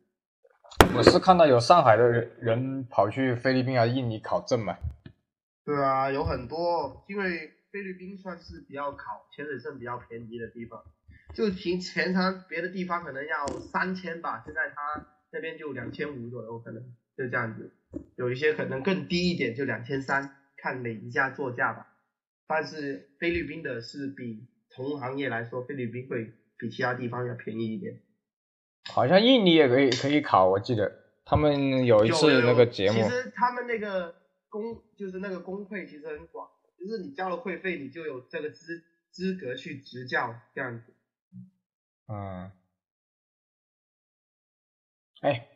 Speaker 1: 我是看到有上海的人人跑去菲律宾啊、印尼考证嘛。
Speaker 2: 对啊，有很多，因为菲律宾算是比较考潜水证比较便宜的地方，就平平常别的地方可能要三千吧，现在他那边就两千五左右，可能就这样子。有一些可能更低一点，就两千三，看每一家座驾吧。但是菲律宾的是比同行业来说，菲律宾会比其他地方要便宜一点。
Speaker 1: 好像印尼也可以可以考，我记得他们有一次那个节目
Speaker 2: 其实他们那个工就是那个工会其实很广，就是你交了会费，你就有这个资资格去执教这样子。
Speaker 1: 嗯，哎，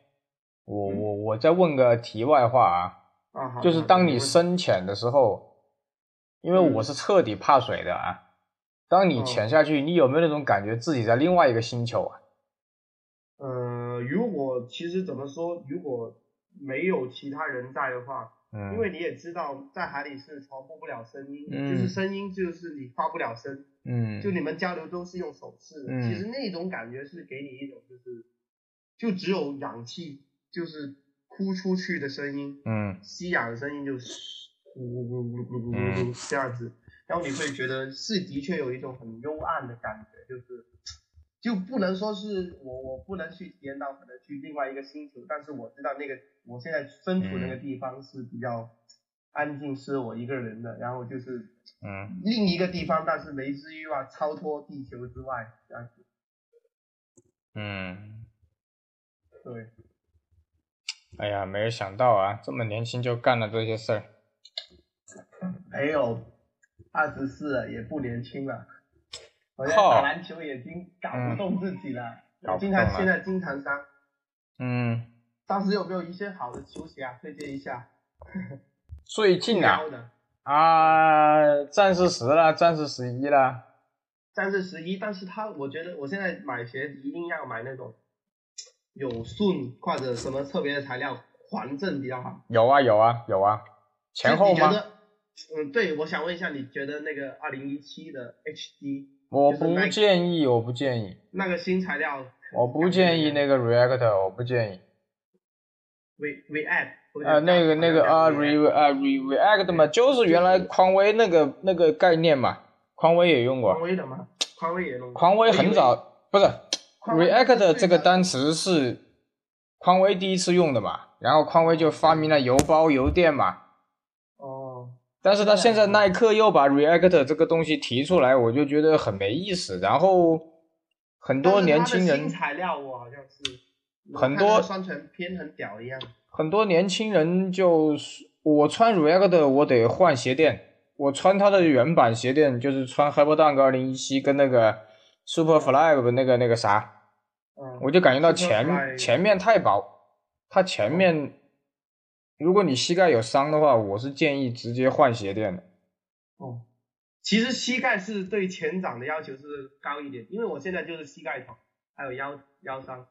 Speaker 1: 我我我再问个题外话啊，
Speaker 2: 啊，嗯好
Speaker 1: 就是当你
Speaker 2: 生
Speaker 1: 深潜的时候，因为我是彻底怕水的啊，当你
Speaker 2: 嗯
Speaker 1: 潜下去，你有没有那种感觉自己在另外一个星球啊？
Speaker 2: 呃，如果其实怎么说，如果没有其他人在的话，
Speaker 1: 嗯，
Speaker 2: 因为你也知道，在海里是传播不了声音，
Speaker 1: 嗯
Speaker 2: 就是声音就是你发不了声，
Speaker 1: 嗯，
Speaker 2: 就你们交流都是用手势的，
Speaker 1: 嗯
Speaker 2: 其实那种感觉是给你一种就是，就只有氧气，就是呼出去的声音，
Speaker 1: 嗯
Speaker 2: 吸氧的声音就是咕咕咕咕咕咕咕咕这样子，然后你会觉得是的确有一种很幽暗的感觉，就是就不能说是我我不能去体验到可能去另外一个星球，但是我知道那个我现在身处那个地方是比较安静，是我一个人的，然后就是
Speaker 1: 嗯，
Speaker 2: 另一个地方，但是雷之欲啊超脱地球之外这样子，
Speaker 1: 嗯，
Speaker 2: 对，
Speaker 1: 哎呀，没有想到啊，这么年轻就干了这些事儿。
Speaker 2: 没有二十四了也不年轻了，我在
Speaker 1: 靠嗯
Speaker 2: 打篮球已经搞不动自己了。
Speaker 1: 搞不
Speaker 2: 经
Speaker 1: 懂
Speaker 2: 常现
Speaker 1: 了。
Speaker 2: 在经常伤，
Speaker 1: 嗯，
Speaker 2: 当时有没有一些好的球鞋啊？推荐一下。
Speaker 1: 最近啊
Speaker 2: 高的，
Speaker 1: 啊，战士十了，战士十一了。
Speaker 2: 但是十一，但是它我觉得我现在买鞋一定要买那种有顺或者什么特别的材料缓震比较好。
Speaker 1: 有啊有啊有啊，前
Speaker 2: 就
Speaker 1: 后
Speaker 2: 你觉
Speaker 1: 吗？
Speaker 2: 得？嗯，对，我想问一下，你觉得那个二零一七的 HD
Speaker 1: 我
Speaker 2: 就是
Speaker 1: 不
Speaker 2: 那
Speaker 1: 建议，我不建议，
Speaker 2: 那个新材料可能
Speaker 1: 我不建议
Speaker 2: 感觉
Speaker 1: 那个 React，我不建议。
Speaker 2: Re React 或者
Speaker 1: 呃，那个
Speaker 2: 打
Speaker 1: 那个啊
Speaker 2: 打 React
Speaker 1: ，re 啊 re react 嘛，就是原来匡威那个那个概念嘛，匡威也用
Speaker 2: 匡
Speaker 1: 过，
Speaker 2: 威的吗？匡威也弄过。
Speaker 1: 匡威很早不是
Speaker 2: 匡威
Speaker 1: ，react
Speaker 2: 最
Speaker 1: 这个
Speaker 2: 早
Speaker 1: 单词是匡威第一次用的嘛，然后匡威就发明了邮包邮电嘛，
Speaker 2: 哦，
Speaker 1: 但是他现在
Speaker 2: 对
Speaker 1: 耐克又把 react 这个东西提出来，我就觉得很没意思，然后很多
Speaker 2: 但是它
Speaker 1: 年
Speaker 2: 的
Speaker 1: 轻
Speaker 2: 新
Speaker 1: 人
Speaker 2: 材料我好像是
Speaker 1: 很
Speaker 2: 我看
Speaker 1: 多
Speaker 2: 它酸成偏很屌一样。
Speaker 1: 很多年轻人就是我穿 React 我得换鞋垫，我穿它的原版鞋垫就是穿 Hyperdunk 二零一七跟那个 Superfly 的那个那个啥，
Speaker 2: 嗯，
Speaker 1: 我就感觉到
Speaker 2: Superfly
Speaker 1: 前前面太薄，它前面如果你膝盖有伤的话，我是建议直接换鞋垫的。
Speaker 2: 哦，其实膝盖是对前掌的要求是高一点，因为我现在就是膝盖痛，还有腰腰伤。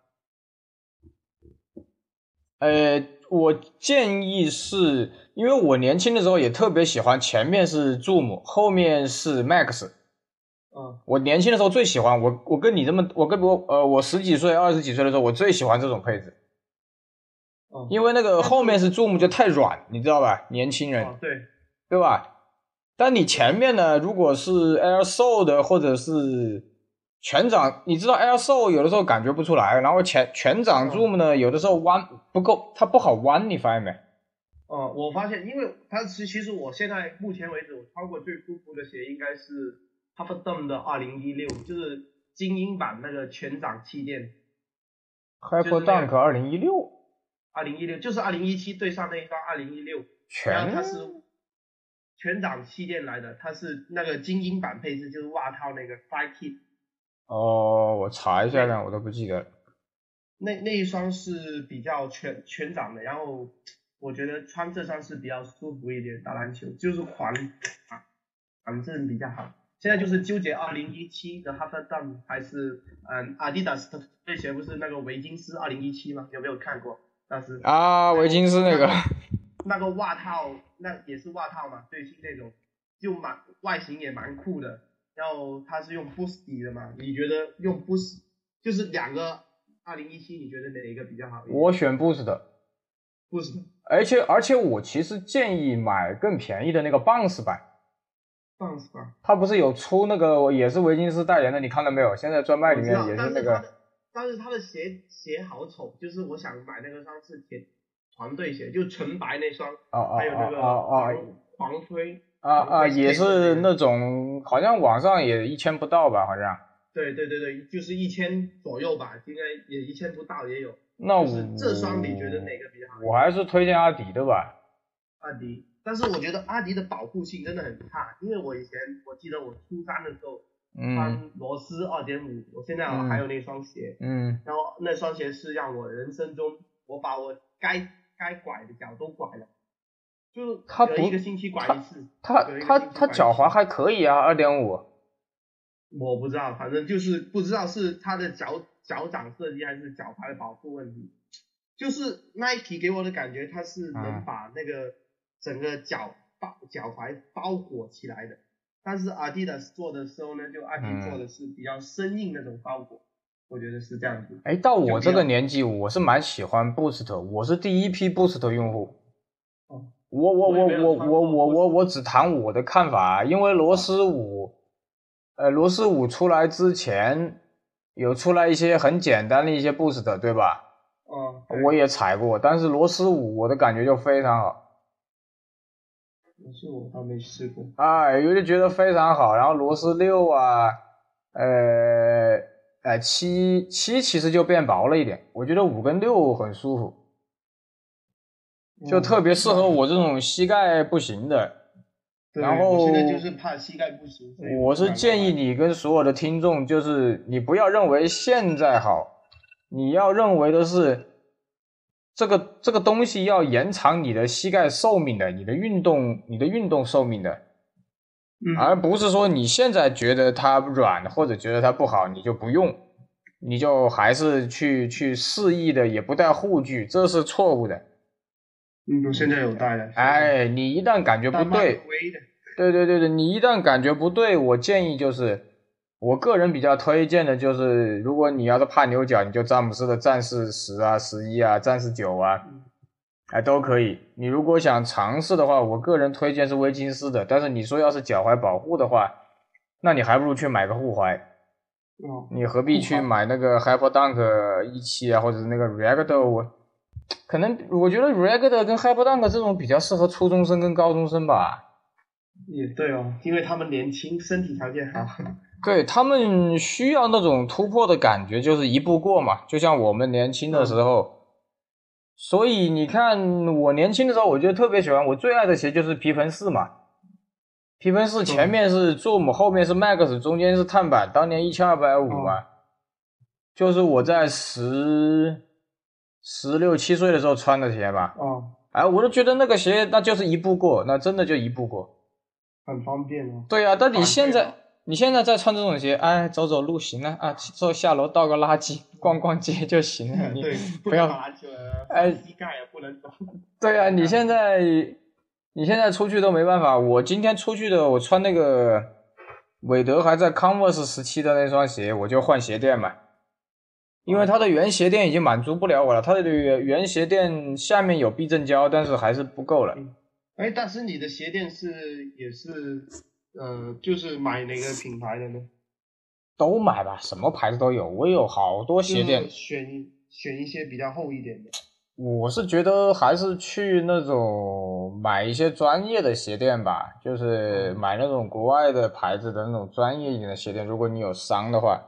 Speaker 1: 呃，我建议是因为我年轻的时候也特别喜欢前面是 Zoom，后面是 Max。
Speaker 2: 嗯，
Speaker 1: 我年轻的时候最喜欢我，我跟你这么，我跟我呃，我十几岁、二十几岁的时候，我最喜欢这种配置，
Speaker 2: 哦，
Speaker 1: 因为那个后面是 Zoom 就太软，你知道吧？年轻人
Speaker 2: 哦对，
Speaker 1: 对吧？但你前面呢，如果是 Air Soul 的或者是全掌，你知道 Air Soul 有的时候感觉不出来，然后全全掌
Speaker 2: 嗯
Speaker 1: Zoom 呢，有的时候弯不够，它不好弯，你发现没？
Speaker 2: 哦，我发现，因为它其其实我现在目前为止，我穿过最舒服的鞋应该是 Half Dome 的二零一六，就是精英版那个全掌气垫。
Speaker 1: Hyper
Speaker 2: 是那样
Speaker 1: Dunk 二零一六
Speaker 2: 二零一六就是二零一七对上那一双二零一六，然
Speaker 1: 全
Speaker 2: 后它是全掌气垫来的，它是那个精英版配置，就是袜套那个 Fly Kit，
Speaker 1: 哦，我查一下看，我都不记得了。
Speaker 2: 那那一双是比较全全掌的，然后我觉得穿这双是比较舒服一点，打篮球就是缓缓缓震比较好。现在就是纠结二零一七的 Half Dome 还是嗯 Adidas 的这鞋不是那个维金斯二零一七吗？有没有看过？当时
Speaker 1: 啊，维金斯那个。
Speaker 2: 那个袜套，那也是袜套嘛，最新那种，就蛮外形也蛮酷的。然后它是用 Boost 底的嘛？你觉得用 Boost 就是两个二零一七，你觉得哪一个比较好一点？
Speaker 1: 我选 Boost 的，
Speaker 2: Boost
Speaker 1: 而且而且我其实建议买更便宜的那个 Bounce 版，
Speaker 2: Bounce 吧，
Speaker 1: 它不是有出那个也是维金斯代言的，你看到没有？现在专卖里面
Speaker 2: 我
Speaker 1: 也
Speaker 2: 知道但
Speaker 1: 那
Speaker 2: 是它
Speaker 1: 个
Speaker 2: 的但是它的鞋鞋好丑，就是我想买那个双是铁团队鞋，就纯白那双，
Speaker 1: 哦哦
Speaker 2: 还有那个
Speaker 1: 哦
Speaker 2: 黄黄灰，
Speaker 1: 哦啊啊，也是那种好像网上也一千不到吧，好像。
Speaker 2: 对对对对，就是一千左右吧，应该也一千不到也有。
Speaker 1: 那
Speaker 2: 就
Speaker 1: 我
Speaker 2: 是这双你觉得哪个比较好？
Speaker 1: 哦我还是推荐阿迪的吧。
Speaker 2: 阿迪，但是我觉得阿迪的保护性真的很差，因为我以前我记得我初三的时候
Speaker 1: 嗯
Speaker 2: 穿罗斯二点五，我现在好像还有那双鞋，
Speaker 1: 嗯
Speaker 2: 然后那双鞋是让我人生中我把我该该拐的脚都拐了，就是
Speaker 1: 它
Speaker 2: 隔
Speaker 1: 不
Speaker 2: 一个星期拐一次，
Speaker 1: 他
Speaker 2: 有一个
Speaker 1: 他
Speaker 2: 新
Speaker 1: 他
Speaker 2: 款
Speaker 1: 脚踝还可以啊，二点五。
Speaker 2: 我不知道，反正就是不知道是它的脚脚掌设计还是脚踝的保护问题。就是 Nike 给我的感觉，它是能
Speaker 1: 嗯
Speaker 2: 把那个整个脚包脚踝包裹起来的，但是 Adidas 做的时候呢，就阿迪
Speaker 1: 嗯
Speaker 2: 做的是比较生硬那种包裹，我觉得是这样子。
Speaker 1: 哎，到
Speaker 2: 就
Speaker 1: 我
Speaker 2: 比
Speaker 1: 这个
Speaker 2: 较
Speaker 1: 年纪，我是蛮喜欢 Boost，我是第一批 Boost 用户。
Speaker 2: 哦
Speaker 1: 我我
Speaker 2: 我也
Speaker 1: 我
Speaker 2: 没有
Speaker 1: 我
Speaker 2: 穿
Speaker 1: 我
Speaker 2: 过
Speaker 1: 我我
Speaker 2: Boost
Speaker 1: 我只谈我的看法，啊因为罗斯五，呃，罗斯五出来之前有出来一些很简单的一些 Boost，对吧？
Speaker 2: 哦、
Speaker 1: 我也踩过，但是罗斯五我的感觉就非常好。
Speaker 2: 我是我倒没试过。
Speaker 1: 哎，我就觉得非常好。然后螺丝六啊，呃呃七七其实就变薄了一点，我觉得五跟六很舒服，
Speaker 2: 嗯
Speaker 1: 就特别适合我这种膝盖不行的。
Speaker 2: 对。
Speaker 1: 然后
Speaker 2: 我现在就是怕膝盖不行，所以
Speaker 1: 我
Speaker 2: 不
Speaker 1: 是
Speaker 2: 敢
Speaker 1: 建议
Speaker 2: 买
Speaker 1: 你跟所有的听众，就是你不要认为现在好，你要认为的是这个这个东西要延长你的膝盖寿命的，你的运动你的运动寿命的。
Speaker 2: 嗯
Speaker 1: 而不是说你现在觉得它软或者觉得它不好，你就不用，你就还是去去肆意的也不带护具，这是错误的。
Speaker 2: 嗯，我现在有带了。
Speaker 1: 哎，你一旦感觉
Speaker 2: 现在
Speaker 1: 不
Speaker 2: 有带，
Speaker 1: 对，
Speaker 2: 微的。
Speaker 1: 对对对对，你一旦感觉不对，我建议就是我个人比较推荐的就是，如果你要是怕牛角，你就詹姆斯的战士十啊、十一啊、战士九啊
Speaker 2: 嗯，
Speaker 1: 哎都可以。你如果想尝试的话，我个人推荐是威金斯的，但是你说要是脚踝保护的话，那你还不如去买个护踝。
Speaker 2: 哦，
Speaker 1: 你何必去买那个 Hyper Dunk 一期啊，或者是那个 Ragdoll？我可能我觉得 Ragdoll 跟 Hyper Dunk 这种比较适合初中生跟高中生吧。
Speaker 2: 也对哦，因为他们年轻，身体条件好。
Speaker 1: 对他们需要那种突破的感觉，就是一步过嘛，就像我们年轻的时候。所以你看，我年轻的时候，我就特别喜欢，我最爱的鞋就是皮蓬四嘛。皮蓬四前面是 Zoom，后面是 Max，中间是碳板，当年一千二百五嘛。就是我在十十六七岁的时候穿的鞋吧，
Speaker 2: 哦，
Speaker 1: 哎，我就觉得那个鞋那就是一步过，那真的就一步过。
Speaker 2: 很方便哦。
Speaker 1: 对呀、但你
Speaker 2: 啊
Speaker 1: 现
Speaker 2: 对
Speaker 1: 在
Speaker 2: 的
Speaker 1: 你现在再穿这种鞋，哎，走走路行了啊，坐下楼倒个垃圾，逛逛街就行
Speaker 2: [LAUGHS]
Speaker 1: 了。你
Speaker 2: 对，
Speaker 1: 不要
Speaker 2: 打球了，
Speaker 1: 哎
Speaker 2: 膝盖也不能动。
Speaker 1: 对呀、你现在你现在出去都没办法。我今天出去的，我穿那个韦德还在 Converse 时期的那双鞋，我就换鞋店嘛，因为它的原鞋店已经满足不了我了。它的原原鞋店下面有避震胶，但是还是不够了。
Speaker 2: [LAUGHS] 哎，但是你的鞋垫是也是，呃，就是买哪个品牌的呢？
Speaker 1: 都买吧，什么牌子都有，我有好多 [LAUGHS] 鞋
Speaker 2: 就
Speaker 1: 垫
Speaker 2: 是。选一选一些比较厚一点的。
Speaker 1: 我是觉得还是去那种买一些专业的鞋垫吧，
Speaker 2: 嗯
Speaker 1: 就是买那种国外的牌子的那种专业一点的鞋垫。如果你有伤的话，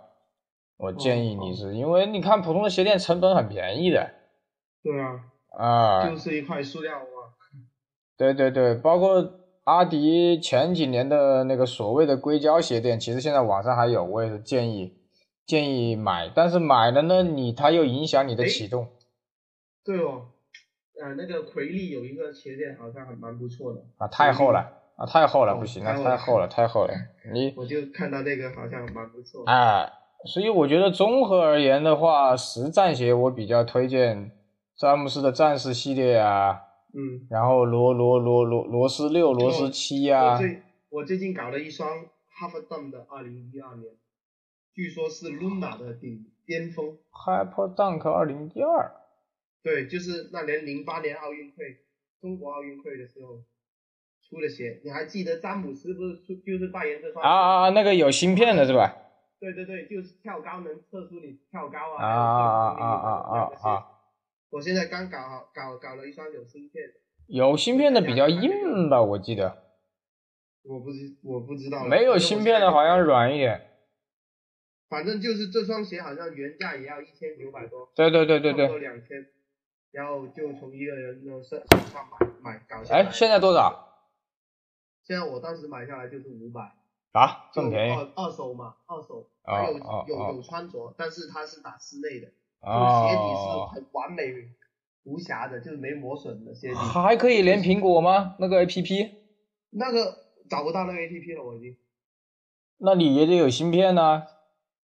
Speaker 1: 我建
Speaker 2: 哦
Speaker 1: 议你是，因为你看普通的鞋垫成本很便宜的
Speaker 2: 对啊，
Speaker 1: 啊。
Speaker 2: 就是一块塑料嘛。
Speaker 1: 对对对，包括阿迪前几年的那个所谓的硅胶鞋垫，其实现在网上还有，我也是建议建议买，但是买了呢，你它又影响你的
Speaker 2: 诶
Speaker 1: 启动
Speaker 2: 对哦，呃，那个奎利有一个鞋垫好像还蛮不错的，
Speaker 1: 啊，太厚了啊，太厚了，
Speaker 2: 哦
Speaker 1: 不行，那
Speaker 2: 太厚
Speaker 1: 太
Speaker 2: 了
Speaker 1: 厚了，太厚
Speaker 2: [LAUGHS]
Speaker 1: 了，你。
Speaker 2: 我就看到那个好像蛮不错。
Speaker 1: 哎，所以我觉得综合而言的话，实战鞋我比较推荐詹姆斯的战士系列啊，
Speaker 2: 嗯，
Speaker 1: 然后罗罗罗罗罗斯六、罗斯七
Speaker 2: 我
Speaker 1: 啊，
Speaker 2: 最我最近搞了一双哈弗 d 的二零一二年，据说是 Luna 的顶巅峰。
Speaker 1: Hyper Dunk 二零一二，
Speaker 2: 对，就是那年零八年奥运会，中国奥运会的时候出的鞋，你还记得詹姆斯不是出就是代言这双
Speaker 1: 啊啊啊，那个有芯片的是吧？
Speaker 2: 对对对，就是跳高能测出你跳高
Speaker 1: 啊
Speaker 2: 啊，
Speaker 1: 啊啊
Speaker 2: 还有
Speaker 1: 啊啊
Speaker 2: 各种各样的
Speaker 1: 啊啊
Speaker 2: 鞋！我现在刚搞好搞搞了一双有芯片的，
Speaker 1: 有芯片的比较硬吧，我记得，
Speaker 2: 我不知我不知道了。
Speaker 1: 没有
Speaker 2: 反正我
Speaker 1: 芯
Speaker 2: 现
Speaker 1: 片
Speaker 2: 在
Speaker 1: 的
Speaker 2: 就
Speaker 1: 好像。软一点。
Speaker 2: 反正就是这双鞋好像原价也要一千九百多，
Speaker 1: 对对对对对，
Speaker 2: 两千，然后就从一个人的身上买买搞下来。
Speaker 1: 哎，现在多少
Speaker 2: 现在我当时买下来就是五百。
Speaker 1: 啊？这
Speaker 2: 就
Speaker 1: 么便宜
Speaker 2: 二二手嘛，二手，
Speaker 1: 哦
Speaker 2: 还有
Speaker 1: 哦哦
Speaker 2: 有有穿着，但是它是打室内的，就是鞋
Speaker 1: 哦
Speaker 2: 底是？很完美无瑕的，就是没磨损的鞋底。
Speaker 1: 还可以连苹果吗？那个 APP？
Speaker 2: 那个找不到那个 A P P 了，我已经。
Speaker 1: 那你也得有芯片呐、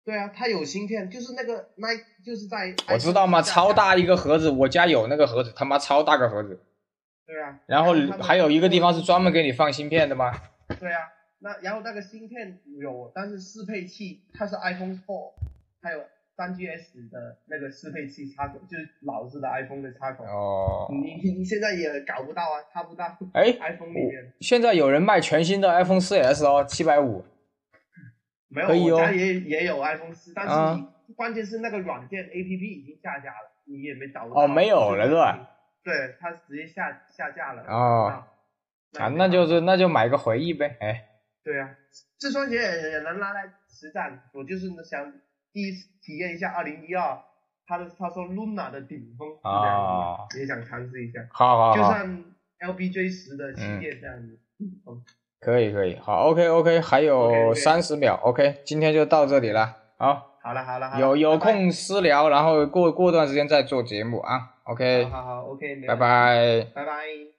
Speaker 2: 对啊，它有芯片，就是那个那就是在
Speaker 1: 我知道吗？超。
Speaker 2: iTunes 下架
Speaker 1: 大一个盒子，我家有那个盒子，他妈超大个盒子。
Speaker 2: 对啊。
Speaker 1: 然后
Speaker 2: 它的
Speaker 1: 还有一个地方是专门给你放芯片的吗？
Speaker 2: 对啊，那然后那个芯片有，但是适配器它是 iPhone 4，还有 3GS 的那个适配器插口，就是老式的 iPhone 的插口。
Speaker 1: 哦，
Speaker 2: 你你现在也搞不到啊，插不到 [LAUGHS]
Speaker 1: 哎，
Speaker 2: iPhone 里面。
Speaker 1: 现在有人卖全新的 iPhone 4S 哦，七百五。
Speaker 2: 没有，
Speaker 1: 可以哦
Speaker 2: 我家也也有 iPhone 四，但
Speaker 1: 啊
Speaker 2: 是你、关键是那个软件 APP 已经下架了，你也没找到。
Speaker 1: 哦没有了是吧？
Speaker 2: 对，它直接下下架了。
Speaker 1: 哦
Speaker 2: 那
Speaker 1: 啊，
Speaker 2: 也没办法
Speaker 1: 那就是那就买个回忆呗。哎，
Speaker 2: 对啊，这双鞋也也能拿来实战。我就是想第一次体验一下二零一二，他的他说 Luna 的顶峰是这样
Speaker 1: 哦
Speaker 2: 子的，也想尝试一下，
Speaker 1: 好好
Speaker 2: 就
Speaker 1: 好，
Speaker 2: 算 LBJ 十的系列这样子。嗯
Speaker 1: 可以可以，好，OK OK，还有
Speaker 2: OK，OK
Speaker 1: 三十秒，OK，今天就到这里了。好，
Speaker 2: 好了好了好了，
Speaker 1: 有有
Speaker 2: 拜拜
Speaker 1: 空私聊，然后过过段时间再做节目啊。OK，
Speaker 2: 好好好，OK，没
Speaker 1: 拜
Speaker 2: 问题，
Speaker 1: 拜。
Speaker 2: 拜拜。